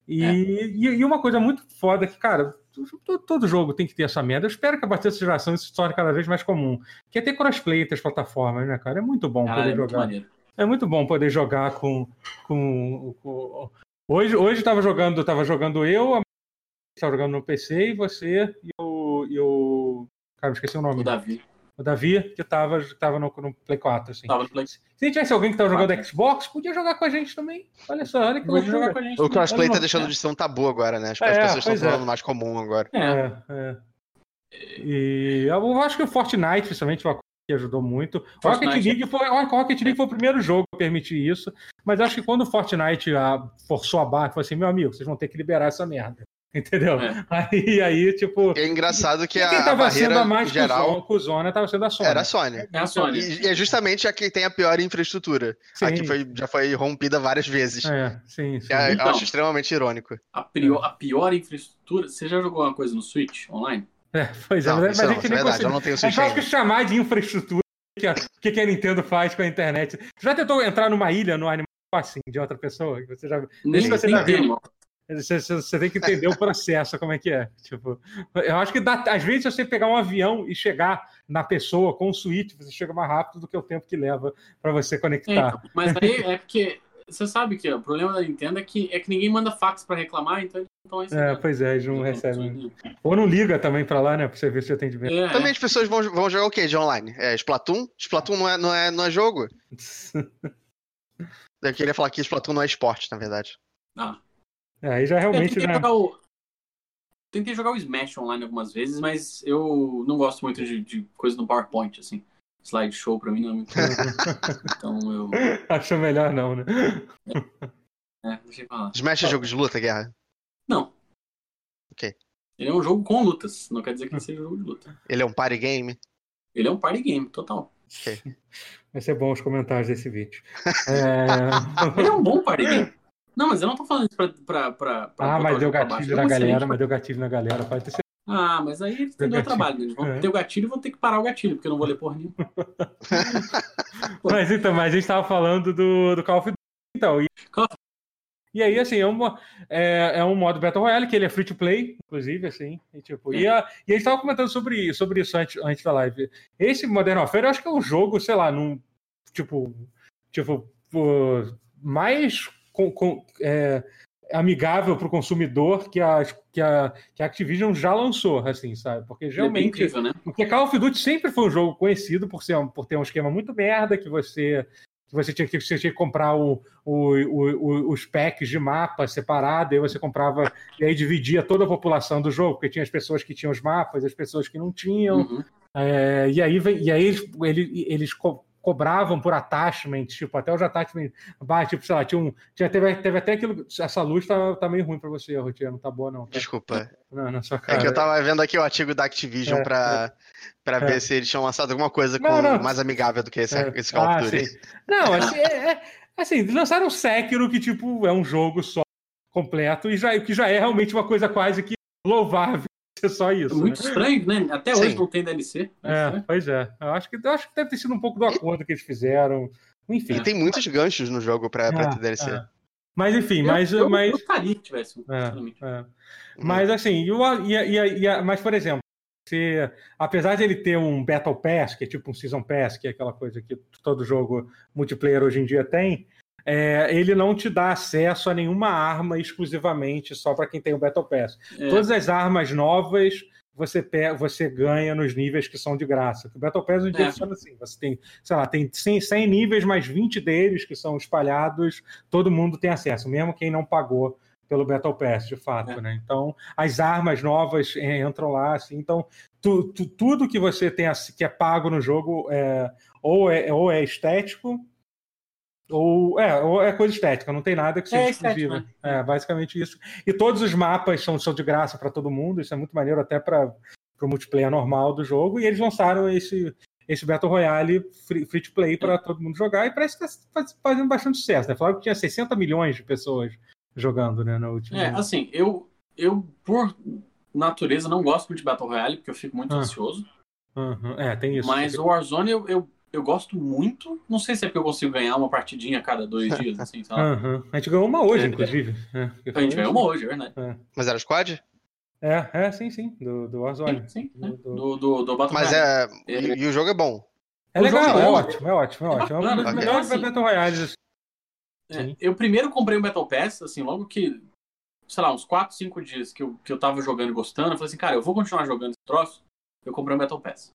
E,
É.
e, e uma coisa muito foda é que, cara, todo, todo jogo tem que ter essa merda. Eu espero que a partir dessa geração isso se torne cada vez mais comum. Que é ter crossplay entre as plataformas, né, cara? É muito bom
Caralho,
poder
é muito
jogar.
maneiro.
É muito bom poder jogar com. com, com- Hoje, hoje eu tava jogando, tava jogando eu, a tava jogando no PC, e você e o. E o... Cara, eu esqueci o
O
nome.
Davi
O Davi, que tava, tava no, no Play 4, assim.
tava no Play.
Se tivesse alguém que tava jogando Xbox, podia jogar com a gente também. Olha só, olha que
Pode jogar
loucura.
com a gente.
O
né?
crossplay tá
Olha,
deixando
é.
de ser um tabu agora, né? As,
É,
as pessoas estão
pois é.
falando mais comum agora.
É.
É, é. E eu acho que o Fortnite, principalmente, uma coisa que ajudou muito. O Rocket
Fortnite. é.
League foi, o Rocket League foi o primeiro jogo a permitir isso, mas acho que quando o Fortnite ah, forçou a barra, foi assim, meu amigo, vocês vão ter que liberar essa merda. Entendeu?
É.
Aí, aí, tipo,
É engraçado que
quem
a, a
tava sendo a
barreira
mais
geral
cuzona, cuzona tava sendo a Sony.
era a Sony.
É a Sony.
E, e é justamente a que tem a pior infraestrutura.
sim,
A que foi- já foi rompida várias vezes.
é, sim, sim.
É,
Então.
Eu acho extremamente irônico.
A, prior, a pior infraestrutura. Você já jogou uma coisa no Switch online?
É, pois é,
Não,
mas
isso
a
não,
gente
isso é
nem
verdade,
conseguiu.
eu não tenho
É que eu acho que
sujeito.
chamar de infraestrutura que a, que que a Nintendo faz com a internet. Você já tentou entrar numa ilha no Animal Crossing de outra pessoa? Que Você, já,
Nem,
você
nem
tá
tem,
vendo.
mano.
você, você- você tem que entender o processo, como é que é. Tipo, eu acho que dá- às vezes você pegar um avião e chegar na pessoa com o suíte, você chega mais rápido do que o tempo que leva para você
É,
conectar.
então, mas aí é porque. Você sabe que o problema da Nintendo é que, é que ninguém manda fax pra reclamar, então eles não Então, estão
É, pois é, eles não recebem. Ou não liga também para lá, né, para serviço de atendimento.
É,
Também as pessoas vão, vão jogar o quê de online? É Splatoon? Splatoon não é, não é, não é jogo? Eu queria falar que Splatoon não é esporte, na verdade.
Ah.
Aí já
Eu
realmente,
tentei,
né?
jogar o... tentei jogar o Smash online algumas vezes, mas eu não gosto muito de, de coisa no PowerPoint, assim. Slideshow pra mim não é muito. então eu.
Acho melhor não, né?
É, deixa eu falar.
Smash é jogo de luta, guerra.
Não.
Ok.
Ele é um jogo com lutas, não quer dizer que ele seja um jogo de luta.
Ele é um party game.
Ele é um party game, total.
Vai ser bom os comentários desse vídeo. É...
Ele é um bom party game. Não, mas eu não tô falando isso pra. pra, pra, pra
Ah,
botar o
mas deu
jogo pra baixo.
gatilho
Eu
na
gostei. tipo,
galera, mas deu gatilho na galera, pode ter certeza.
Ah, mas aí eles têm
Deu
dois
gatilho.
trabalhos. Eles né? vão
É.
ter o gatilho e vão ter que parar o gatilho, porque eu não vou ler porra nenhuma.
Mas então, mas a gente tava falando do, do Call of Duty, então. E,
Call of-
e aí, assim, é, uma, é, é um modo Battle Royale, que ele é free to play, inclusive, assim. E, tipo, e, a, e a gente tava comentando sobre, sobre isso antes, antes da live. Esse Modern Warfare, eu acho que é um jogo, sei lá, num. Tipo. Tipo. pô, mais com, com- é, amigável pro consumidor que a, que, a, que a Activision já lançou, assim, sabe? Porque
Ele é bem
geralmente.
incrível, né?
Porque Call of Duty sempre foi um jogo conhecido por, ser, um- por ter um esquema muito merda que você que você tinha que, você tinha que comprar o, o- o- o- os packs de mapa separado, e aí você comprava e aí dividia toda a população do jogo, porque tinha as pessoas que tinham os mapas, as pessoas que não tinham.
Uhum.
É, e aí, vem- e aí eles, ele- eles co- cobravam por attachment, tipo, até os attachments baixos, tipo, sei lá, tinha um. Tinha, teve, teve até aquilo. Essa luz tá, tá meio ruim pra você, Rotier, não tá boa, não. Tá,
Desculpa.
na, na sua cara.
É que eu tava vendo aqui o artigo da Activision
É,
pra, pra ver se eles tinham lançado alguma coisa
Não,
com-
não.
mais amigável do que esse,
É.
esse Call
Ah,
of Duty.
sim. Não, assim, é, é- Assim, lançaram o Sekiro, que, tipo, é um jogo só completo, e já, que já é realmente uma coisa quase que louvável ser só isso.
Muito
né?
estranho, né? Até
Sim.
hoje não tem DLC.
É,
né?
pois é. Eu acho, que, eu acho que deve ter sido um pouco do acordo que eles fizeram. Enfim.
E tem muitos ganchos no jogo pra, pra
Ah,
ter DLC.
ah. Mas enfim,
Eu-
mas.
eu,
mas...
eu gostaria que tivesse, um,
É,
sinceramente.
é. Mas
Né?
assim, e o- e a- e a- e a- mas por exemplo, se, apesar de ele ter um Battle Pass, que é tipo um Season Pass, que é aquela coisa que todo jogo multiplayer hoje em dia tem, é, ele não te dá acesso a nenhuma arma exclusivamente só para quem tem o Battle Pass.
É.
Todas as armas novas você, pe- você ganha nos níveis que são de graça. O Battle Pass hoje em dia
É.
funciona assim: você tem, sei lá, tem 100, 100 níveis, mais 20 deles que são espalhados, todo mundo tem acesso, mesmo quem não pagou pelo Battle Pass, de fato,
É.
né? Então, as armas novas eh, entram lá, assim, então tu- tu- tudo que você tem ass- que é pago no jogo é, ou, é, ou é estético ou é, ou é coisa estética, não tem nada que seja
É
exclusiva.
estético, né?
É, basicamente isso. E todos os mapas são, são de graça para todo mundo, isso é muito maneiro até para o multiplayer normal do jogo, e eles lançaram esse esse Battle Royale free, free to play para todo mundo jogar e parece que está fazendo bastante sucesso, né? Falaram que tinha 60 milhões de pessoas jogando, né, no último.
É, assim, eu, eu, por natureza, não gosto muito de Battle Royale, porque eu fico muito
Ah,
ansioso.
Uhum, é, tem isso.
Mas o Warzone eu, eu, eu gosto muito. Não sei se é porque eu consigo ganhar uma partidinha a cada dois dias, assim, sei lá.
Uhum. A gente ganhou uma hoje,
É.
inclusive. É,
A gente ganhou uma hoje, é verdade.
Mas era squad?
É, é, sim, sim, do, do Warzone.
Sim, sim, né?
É. do- do-
Do, do, do Battle
Mas
Royale.
é.
Ele-
E, e o jogo é bom.
É
O jogo
legal,
é
é
bom.
ótimo, é ótimo, é ótimo. É um dos
bacana,
melhores
assim.
Battle Royales. assim.
É,
Sim.
eu primeiro comprei o Battle Pass, assim, logo que, sei lá, uns 4, 5 dias que eu, que eu tava jogando e gostando, eu falei assim, cara, eu vou continuar jogando esse troço, eu comprei o Battle Pass.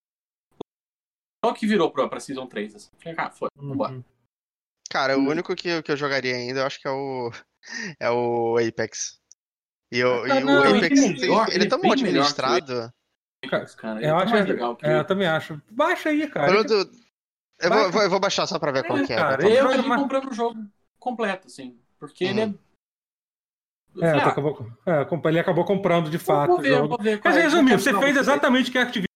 Só que virou pra, pra Season 3, assim. Falei, cara, foi, vambora.
Uhum.
Cara,
Hum.
o único que, eu- que eu jogaria ainda, eu acho que é o. É o Apex. E, eu,
Ah,
e
não,
o
ele é
Apex,
bem
tem-
melhor,
ele
ele
é tão
é
mal
bem melhor que o
administrado.
Cara,
Eu,
é
acho,
mais legal que...
é, eu também acho. Baixa aí, cara.
Pelo do- Eu, vou,
Baixa.
eu vou- eu vou baixar só pra ver qual
É,
que é.
cara,
Battle
ele-
eu
joga
acabei
mais- Uhum.
comprando o jogo completo, assim, porque
Hum.
ele é... Eu
É,
falei,
tu
ah,
acabou, é, compa- ele acabou comprando de fato
vou
o
ver,
jogo.
vou ver.
Mas
qual é,
resumindo,
vou
você
comprar,
fez
vou ver.
exatamente o que a Activision.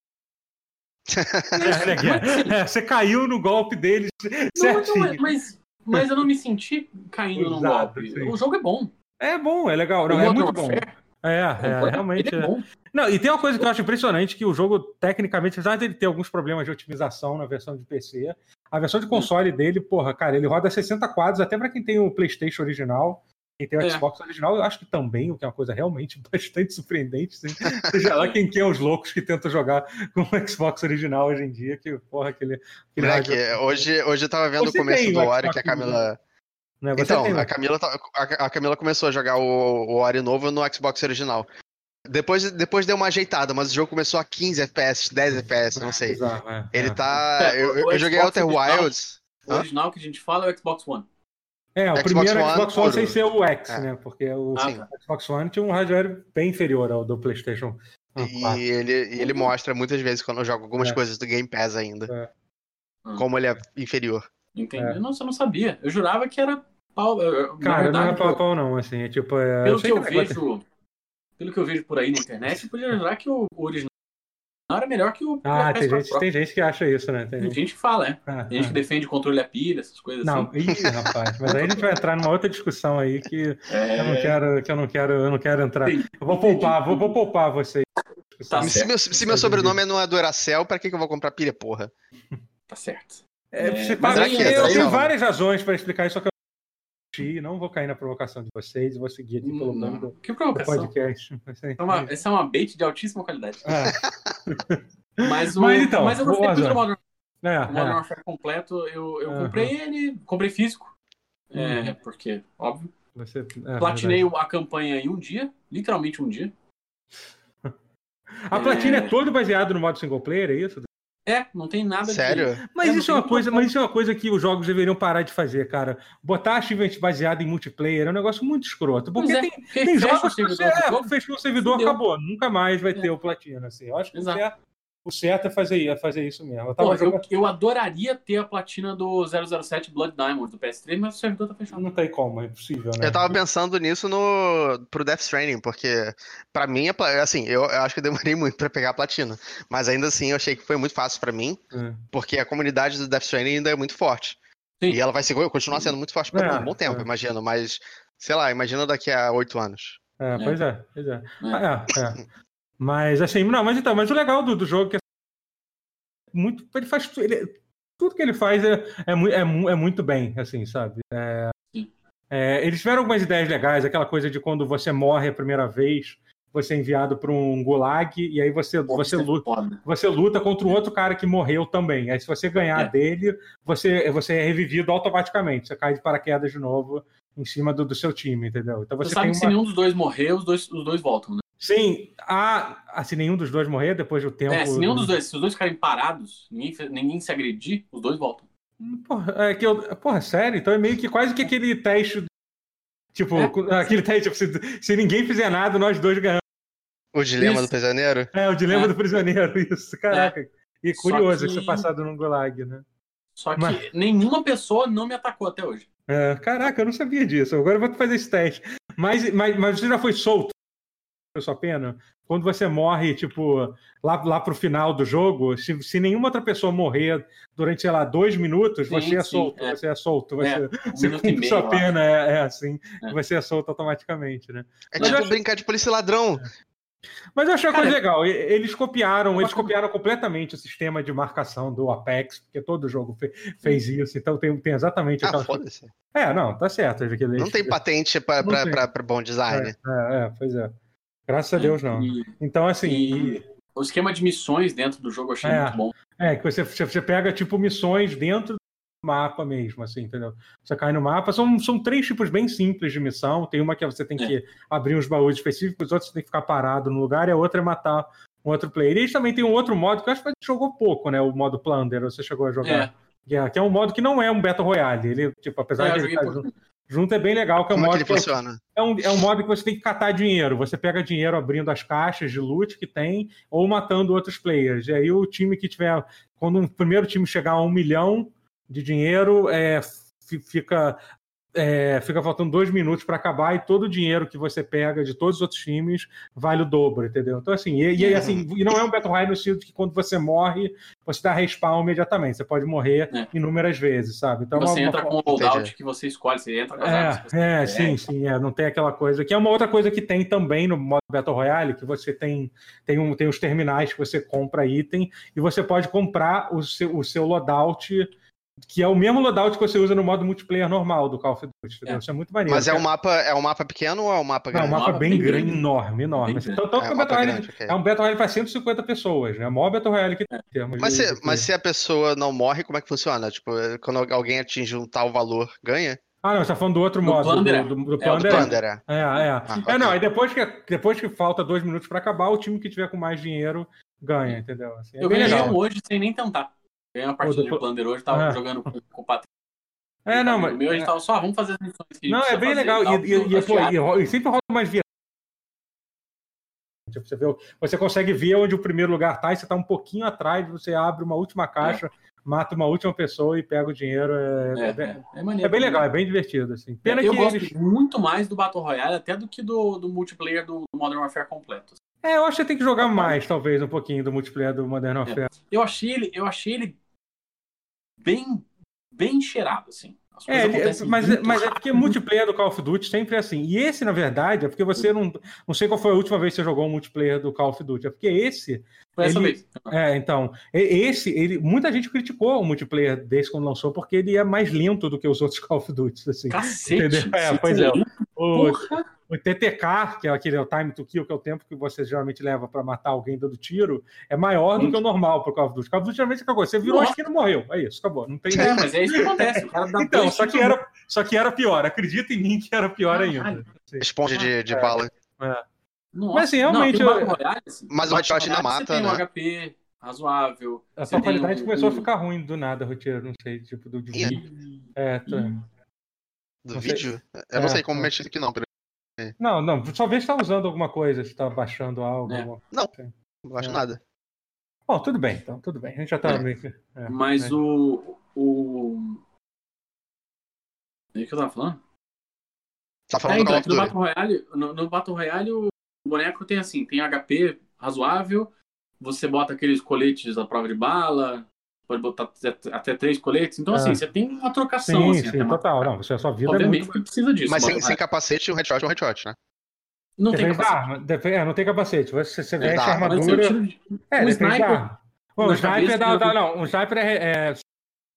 É, né, que é. É, você caiu no golpe deles
Não, é mas-
certinho.
mas, mas eu não me senti caindo num
Exato,
golpe.
sim.
O jogo é bom.
É bom, é legal. Não,
O
é
Modern
muito bom.
Warfare,
É, é, realmente.
ele é
É.
bom.
Não, e tem uma coisa que eu acho impressionante: que o jogo, tecnicamente, apesar dele ter alguns problemas de otimização na versão de PC, a versão de console dele, porra, cara, ele roda 60 quadros, até pra quem tem o PlayStation original. Quem tem o
É.
Xbox original, eu acho que também, o que é uma coisa realmente bastante surpreendente. assim. Seja lá quem que é os loucos que tentam jogar com o Xbox original hoje em dia, que, porra, aquele. aquele
é. Moleque,
rádio-
hoje, hoje eu tava vendo
Você
o começo
tem
do
o
Ori
Xbox
que a Camila.
né, você
Então,
tem, né?
a Camila, tá- a, a Camila começou a jogar o, o Ori novo no Xbox original. Depois, depois deu uma ajeitada, mas o jogo começou a 15 FPS, 10 FPS, não sei.
Bizarro, é,
Ele
é.
tá.
É,
Eu,
o-
eu
o
joguei
Xbox
Outer
original-
Wilds.
O
Hã?
original que a gente fala é o Xbox One.
É, o
Xbox
primeiro
One,
Xbox One
ouro.
sem ser o X,
É.
né? Porque o
Ah,
Sim.
tá.
Xbox One tinha um hardware bem inferior ao do PlayStation 4.
E ele, e ele mostra muitas vezes quando eu jogo algumas
É.
coisas do Game Pass ainda.
Hum.
Como ele é inferior.
Entendi.
É.
Nossa, eu não sabia. Eu jurava que era pau. eu- eu- na
Cara, não é
verdade,
pau a pau, não, assim. É tipo. É,
pelo
sei
que eu
o negócio-
vejo. Pelo que eu vejo por aí na internet, eu podia jurar que o o original era melhor que o
Ah,
PS4
tem gente,
Pro.
tem gente que acha isso, né? Tem
Tem
gente...
gente que fala, né?
Ah,
Tem gente que
ah.
defende controle a pilha, essas coisas assim.
Não, ih, rapaz, mas aí a gente vai entrar numa outra discussão aí que eu não
É,
quero, que eu não quero, eu não quero entrar.
Entendi.
Eu vou poupar, vou, vou poupar vocês.
Tá certo.
Se meu, se meu sobrenome não é Duracell, pra que, que eu vou comprar pilha, porra?
tá certo.
É, você
É,
tá-
mas aí
eu
entra-
tenho
aí-
várias razões para explicar isso, só que eu não vou cair na provocação de vocês, vou seguir aqui pelo
Hum,
mundo do
não. Que provocação.
podcast. assim.
É uma- essa é uma bait de altíssima qualidade.
Ah,
Mas, o,
Mas então,
mas eu gostei
boa
muito do
zona.
Modern,
é,
do Modern
é.
Warfare completo. Eu, eu
Aham.
comprei ele, comprei físico. É,
Uhum.
porque, óbvio.
Você, é
Platinei
verdade.
a campanha em um dia, literalmente um dia.
A platina é
É.
todo baseado no modo single player, é isso?
É, não tem nada de-
Sério?
Mas
É, não
isso é
tem
uma
como
coisa,
fazer.
mas isso é uma coisa que os jogos deveriam parar de fazer, cara. Botar achievement baseado em multiplayer é um negócio muito escroto.
Pois
Porque
é,
tem,
porque
tem
fecha o
jogos que
servidor
você
do
é,
jogo.
fechou o servidor,
Fudeu.
acabou. Nunca mais vai
É.
ter o platina, assim. Eu acho que o
Exato.
certo, o certo é fazer, é fazer isso mesmo. Eu tava
Pô, eu,
jogando-
eu adoraria ter a platina do 007 Blood Diamond do PS3, mas o servidor tá fechado.
Não tem como, é impossível, né?
Eu tava pensando nisso no pro Death Stranding, porque pra mim, é pla- assim, eu, eu acho que eu demorei muito pra pegar a platina, mas ainda assim eu achei que foi muito fácil pra mim,
É.
porque a comunidade do Death Stranding ainda é muito forte.
Sim.
E ela vai ser, continuar sendo muito forte por
É,
um bom tempo,
é.
imagino. Mas, sei lá, imagina daqui a oito anos.
É, pois é, pois é. Ah, é, é. Mas assim, não, mas então, mas o legal do, do jogo é que é muito. Ele faz tu- ele- tudo que ele faz é, é, mui- é mu- é muito bem, assim, sabe? É,
Sim.
é, eles tiveram algumas ideias legais, aquela coisa de quando você morre a primeira vez, você é enviado para um gulag e aí você, você
Isso é
luta
foda.
você luta contra o outro cara que morreu também. Aí se você ganhar
É.
dele, você, você é revivido automaticamente. Você cai de paraquedas de novo em cima do, do seu time, entendeu? Então
Você,
você,
sabe
tem
que
uma...
se nenhum dos dois morrer, os dois, os dois voltam, né?
Sim, a... ah, se nenhum dos dois morrer depois do tempo...
é, se nenhum dos dois, se os dois ficarem parados, ninguém, fe- ninguém se agredir, os dois voltam.
Porra, é que eu... Porra, sério? Então é meio que quase que aquele teste... Tipo,
É.
cu- aquele teste, tipo, se, se ninguém fizer nada, nós dois ganhamos.
O dilema
Isso.
do prisioneiro?
É, o dilema
É.
do prisioneiro, isso. Caraca. E é
Só
curioso
que-
isso passado num gulag, né?
Só que
Mas-
nenhuma pessoa não me atacou até hoje.
É, caraca, eu não sabia disso. Agora eu vou fazer esse teste. Mas, mas, mas você já foi solto? Foi sua pena? Quando você morre, tipo, lá, lá pro final do jogo, se, se nenhuma outra pessoa morrer durante, sei lá, dois minutos,
Sim,
você, é
sim,
solto,
é.
você é solto. Você,
É, Um
você
minuto e
cumpre
meio.
sua
eu acho.
pena, é, é assim.
É.
Você é solto automaticamente, né?
É
Mas
tipo
eu
brincar de polícia
É,
e ladrão.
tipo, Mas eu achei uma
Cara,
coisa legal. E- Eles copiaram, eles
bacana.
copiaram completamente o sistema de marcação do Apex, porque todo jogo fe- fez isso, então tem, tem exatamente
Ah,
aquela.
foda-se.
É, não, tá certo. aquele-
Não tem patente pra,
Não
pra,
tem.
pra- pra bom design.
É, é, pois é. Graças a Deus, não.
E
Então, assim,
E-
e-
o esquema de missões dentro do jogo eu achei
É.
muito bom.
é que você, você- você pega, tipo, missões dentro do mapa mesmo, assim, entendeu? Você cai no mapa, são, são três tipos bem simples de missão. Tem uma que você tem
É.
que abrir uns baús específicos, outros você tem que ficar parado no lugar, e a outra é matar um outro player. E eles também tem um outro modo que eu acho que a gente jogou pouco, né? O modo Plunder, você chegou a jogar.
É,
Que é, que é um modo que não é um Battle Royale. Ele, tipo, apesar
é, eu
de ele
joguei
estar
por...
junto, junto, é bem legal, que é um
Como
modo
é que ele
que é-
funciona?
é um, é um modo que você tem que catar dinheiro. Você pega dinheiro abrindo as caixas de loot que tem ou matando outros players. E aí o time que tiver. Quando o primeiro time chegar a um milhão de dinheiro, é, fi- fica. é, fica faltando dois minutos para acabar e todo o dinheiro que você pega de todos os outros times vale o dobro, entendeu? Então, assim, e, e, assim,
Uhum.
e não é um Battle Royale no sentido que quando você morre, você dá respawn imediatamente. Você pode morrer
É.
inúmeras vezes, sabe? Então, é
Você
uma-
entra
uma-
com o loadout
Entendi.
que você escolhe, você entra com as armas que você
é, é,
quer.
sim, sim, é, não tem aquela coisa que é uma outra coisa que tem também no modo Battle Royale, que você tem tem, um, tem os terminais que você compra item e você pode comprar o seu, o seu loadout, que é o mesmo loadout que você usa no modo multiplayer normal do Call of Duty, entendeu?
É.
Isso é muito maneiro.
Mas é um
cara.
mapa, é um mapa pequeno ou é um mapa
Não, é um
grande?
mapa
mapa
bem
bem
grande,
grande.
enorme, enorme.
Bem
assim.
grande.
Então, tanto
É
que
um
o
mapa
Battle Royale-
grande, ok.
é um Battle Royale para 150 pessoas, né? É o maior Battle Royale que tem. em termos
Mas
de-
se,
de-
mas se a pessoa não morre, como é que funciona? Tipo, quando alguém atinge um tal valor, ganha?
Ah, não, você tá falando do outro
Do
modo,
Plunder.
do, do, do
do
Plunder.
Plunder.
Plunder, é.
É, é.
Ah,
é, não,
ok.
aí depois que, depois que falta dois minutos pra acabar, o time que tiver com mais dinheiro ganha, entendeu? Assim, é
Eu
bem
ganhei
legal.
um hoje sem nem tentar. Ganhei uma partida
Pô, depois-
de Plunder hoje, tava
Ah.
jogando com, com o Patrick.
É, não,
amigo
mas.
Meu, a gente tava só, "Ah, vamos fazer as missões que a gente
Não, é
precisa
bem
fazer tá
legal.
tal,
E, e- e,
as
pô,
diárias".
e ro- e sempre rola mais via. Tipo, você, vê, você consegue ver onde o primeiro lugar tá e você tá um pouquinho atrás, você abre uma última caixa, mata uma última pessoa e pega o dinheiro. É, é bem,
É. é, é maneiro.
é bem legal, é bem divertido, assim. Pena
eu
que
gosto
eles.
muito mais do Battle Royale até do que do, do multiplayer do Modern Warfare completo.
É, eu acho que tem que jogar mais, talvez, um pouquinho do multiplayer do
É.
Modern Warfare.
Eu achei ele, eu achei ele bem, bem cheirado, assim. As
É,
coisas
ele-
acontecem
mas,
muito
mas é porque multiplayer do Call of Duty sempre é assim. E esse, na verdade, é porque você não. Não sei qual foi a última vez que você jogou um multiplayer do Call of Duty. É porque esse.
Foi essa
ele-
vez.
É, então. e- Esse, ele, muita gente criticou o multiplayer desse quando lançou, porque ele é mais lento do que os outros Call of Duty. Assim.
Cacete.
Entendeu? É,
se
pois é.
for,
O,
Porra.
o TTK, que é aquele é o time to kill, que é o tempo que você geralmente leva pra matar alguém dando tiro, é maior do que o normal pro Call of Duty. Call of Duty geralmente acabou. Você virou a
Nossa.
esquina e morreu. É isso, acabou. Não tem.
É, mas é isso que acontece. O cara dá
Então,
dois
só que,
tiros
era, só que era pior. Acredita em mim que era pior ainda.
Caralho.
Sim.
Responde de, de
É.
bala.
Nossa,
Mas, assim, realmente,
Não, tem
eu-
Battle Royale, assim,
Mas o
Battle
headshot ainda
Royale,
mata,
Você tem
né?
um HP razoável.
A
você
sua
tem
qualidade
um-
começou a
um-
ficar ruim do nada, roteiro, não sei, tipo, do de
Ih,
vídeo. É, tá.
Do
Não sei.
vídeo? Eu não
É,
sei como
é.
mexer isso aqui, não. peraí.
Não, não, só vê se tá usando alguma coisa, se tá baixando algo.
É.
alguma-
Não acho
É.
nada.
Bom, tudo bem, então, tudo bem. A gente já tá
É.
meio que. é,
Mas
é.
o. O. O que eu tava falando?
Tá
É,
falando do
então,
Call
é
of
que no
Duty.
Battle Royale, no, no Battle Royale o boneco tem assim, tem HP razoável, você bota aqueles coletes à prova de bala, pode botar até três coletes. Então,
É.
assim, você tem uma trocação.
Sim,
assim, até
sim,
uma-
total. Não, você, a sua vida é
Obviamente
muito...
que precisa disso.
Mas
mano.
sem, sem capacete, o headshot é um headshot, né?
Não tem
Depende da
capacete.
arma. Dep- é, não tem capacete. Você, você veste
Exato.
a
Mas eu
armadura.
tiro de-
É,
um
depende
sniper-
da arma. Bom, o
na
sniper
cabeça
dá,
do-
dá- não. O sniper é, é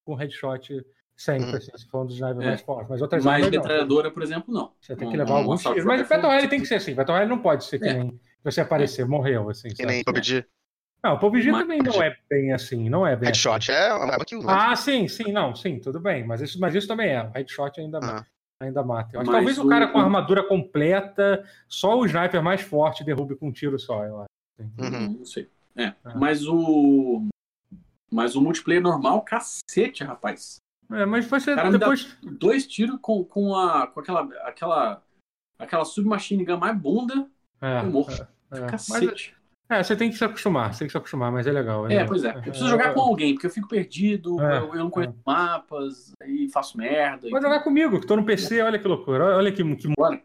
com headshot sempre,
Hum.
assim, se for um dos snipers
É.
mais fortes. Mas outras
Mas
armas não.
metralhadora, por exemplo, não.
Você tem
Um-
que levar
um
alguns
assalto
tiros. Mas o
rifle-
Battle Royale tem que ser assim. Battle Royale não pode ser que
É.
nem você aparecer, morreu, assim.
Que
sabe?
nem PUBG.
Não, o PUBG
Mas-
também não é bem assim. Não é bem assim.
Headshot é uma kill, né?
Ah, sim, sim, não, sim, tudo bem. Mas isso, mas isso também é. O headshot ainda, ma-
Ah.
ainda mata. Eu acho que
Mas
talvez o
o-
cara com armadura completa, só o sniper mais forte derrube com um tiro só, eu acho.
Uhum.
Não sei. É,
Ah.
Mas o. Mas o multiplayer normal, cacete, rapaz.
Hum.
É, mas você
Cara, me dá-
depois.
Dois tiros com, com, a, com aquela, aquela. Aquela submachine gun mais bunda.
É,
Eu morro.
é, é. Mas-
um Cacete.
é, você tem que se acostumar, você tem que se acostumar, mas é legal.
é,
legal.
pois é. Eu preciso jogar com alguém, porque eu fico perdido,
É,
eu, eu não conheço mapas, aí faço merda. e-
Pode jogar é comigo, que tô no PC, olha que loucura, olha que, que
Bora.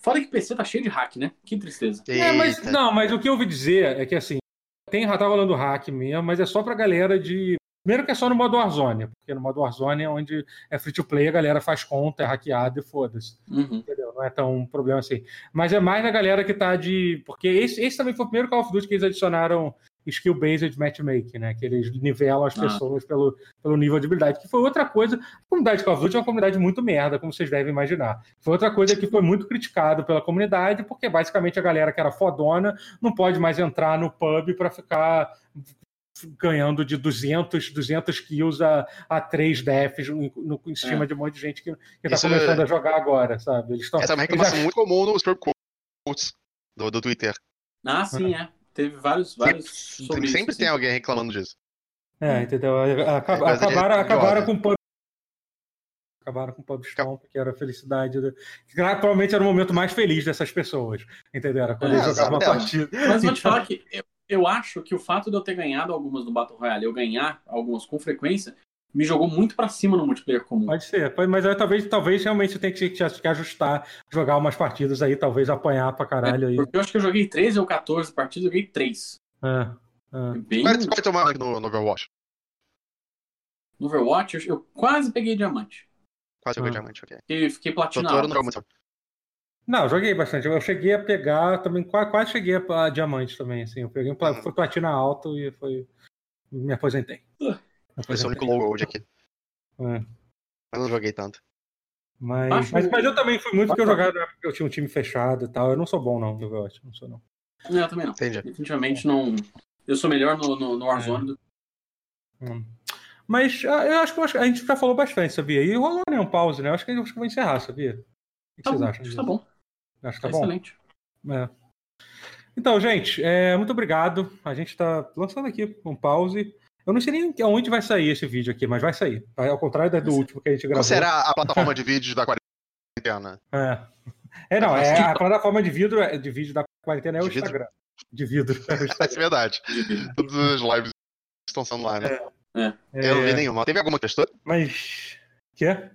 Fora que PC tá cheio de hack, né? Que tristeza.
É, mas
Eita.
não, mas o que eu ouvi dizer é que assim, tem tá rolando hack mesmo, mas é só pra galera de. Primeiro que é só no modo Warzone, porque no modo Warzone é onde é free to play, a galera faz conta, é hackeada e foda-se.
Uhum.
Entendeu? Não é tão um problema assim. Mas é mais na galera que tá de. Porque esse, esse também foi o primeiro Call of Duty que eles adicionaram skill-based matchmaking, né? Que eles nivelam as
Ah.
pessoas pelo, pelo nível de habilidade, que foi outra coisa. A comunidade Call of Duty é uma comunidade muito merda, como vocês devem imaginar. Foi outra coisa que foi muito criticado pela comunidade, porque basicamente a galera que era fodona não pode mais entrar no pub pra ficar ganhando de 200, 200 kills a, a 3 defs em, no- em cima de um monte de gente que, que tá
Isso-
começando a jogar agora, sabe? Eles estão
Essa é uma reclamação muito comum nos Spurp Quotes do, do Twitter.
Ah, sim, é. Teve vários, vários. sobre
Sempre,
isso,
sempre
assim.
tem alguém reclamando disso.
É, entendeu? Acab-
Coisa de
acabaram, acabaram
idiota.
com o pub. Acabaram com o pub stomp, que era a felicidade. Da... Que provavelmente era o momento mais feliz dessas pessoas. Entendeu? Era quando
É,
eles jogavam a
exato.
partida.
Mas vou te
Então.
falar que eu, eu acho que o fato de eu ter ganhado algumas no Battle Royale, eu ganhar algumas com frequência, me jogou muito pra cima no multiplayer comum.
Pode ser, pode- mas aí talvez, talvez realmente você tenha que, se- que ajustar, jogar umas partidas aí, talvez apanhar pra caralho aí.
Porque eu acho que eu joguei 13 ou 14 partidas, eu ganhei 3.
É, é.
Bem
Mas pode tomar no, no Overwatch.
no Overwatch, eu, eu quase peguei diamante.
Quase
Ah.
o diamante, ok.
Fiquei, fiquei platina
Totoro não joga
alta.
muito.
Não, eu joguei bastante. Eu cheguei a pegar também, qua- quase cheguei a, a diamante também, assim. Eu peguei um pla-
Hum.
foi platina alto e foi. Me aposentei.
Ah,
Me
Eu sou
aposentei.
muito low gold aqui.
É.
Eu não joguei tanto.
Mas,
Acho-
mas, mas eu também fui muito porque eu jogava na época que eu tinha um time fechado e tal. Eu não sou bom, não, do Overwatch. Não sou, não.
Não, eu também não.
Entendi.
Definitivamente não. Eu sou melhor no, no, no Warzone
É.
do que
Mas ah, eu acho que eu acho que a gente já falou bastante, sabia? E rolou né, um pause, né? Eu acho que eu acho que eu vou encerrar, sabia? O que
tá
vocês
bom,
acham?
acho que
disso?
tá bom.
Acho que
Tá
tá bom.
excelente.
É. Então, gente, é, muito obrigado. A gente está lançando aqui um pause. Eu não sei nem onde vai sair esse vídeo aqui, mas vai sair. Vai, Ao contrário da- do último que a gente gravou.
Qual será a plataforma de vídeos da quarentena?
É. É, não, é a plataforma de vidro, de vídeo da quarentena é o
De vidro?
Instagram. De vidro. É o
Isso é
Instagram.
verdade. Todas as lives estão sendo lá, né? Eu não vi
É,
nenhuma. Teve alguma que testou?
mas. Quê?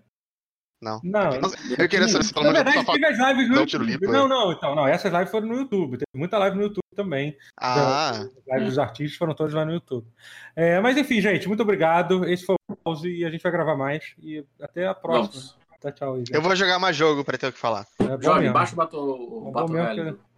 Não.
Não.
Nossa, Eu queria saber se pelo
Na
menos eu
verdade,
tô
teve as lives no
Dá um
YouTube.
tiro limpo,
não, não, então, não. Essas lives foram no YouTube. Teve muita live no YouTube também.
Ah,
As lives dos artistas foram todas lá no YouTube. É, mas enfim, gente, muito obrigado. Esse foi o pause e a gente vai gravar mais. E até a próxima.
Vamos.
Tá, tchau. Igor.
eu vou jogar mais jogo pra ter o que falar.
É bom
Jovem,
mesmo.
baixa o Battle,
Bom
o Battle
mesmo
Royale.
que-
do-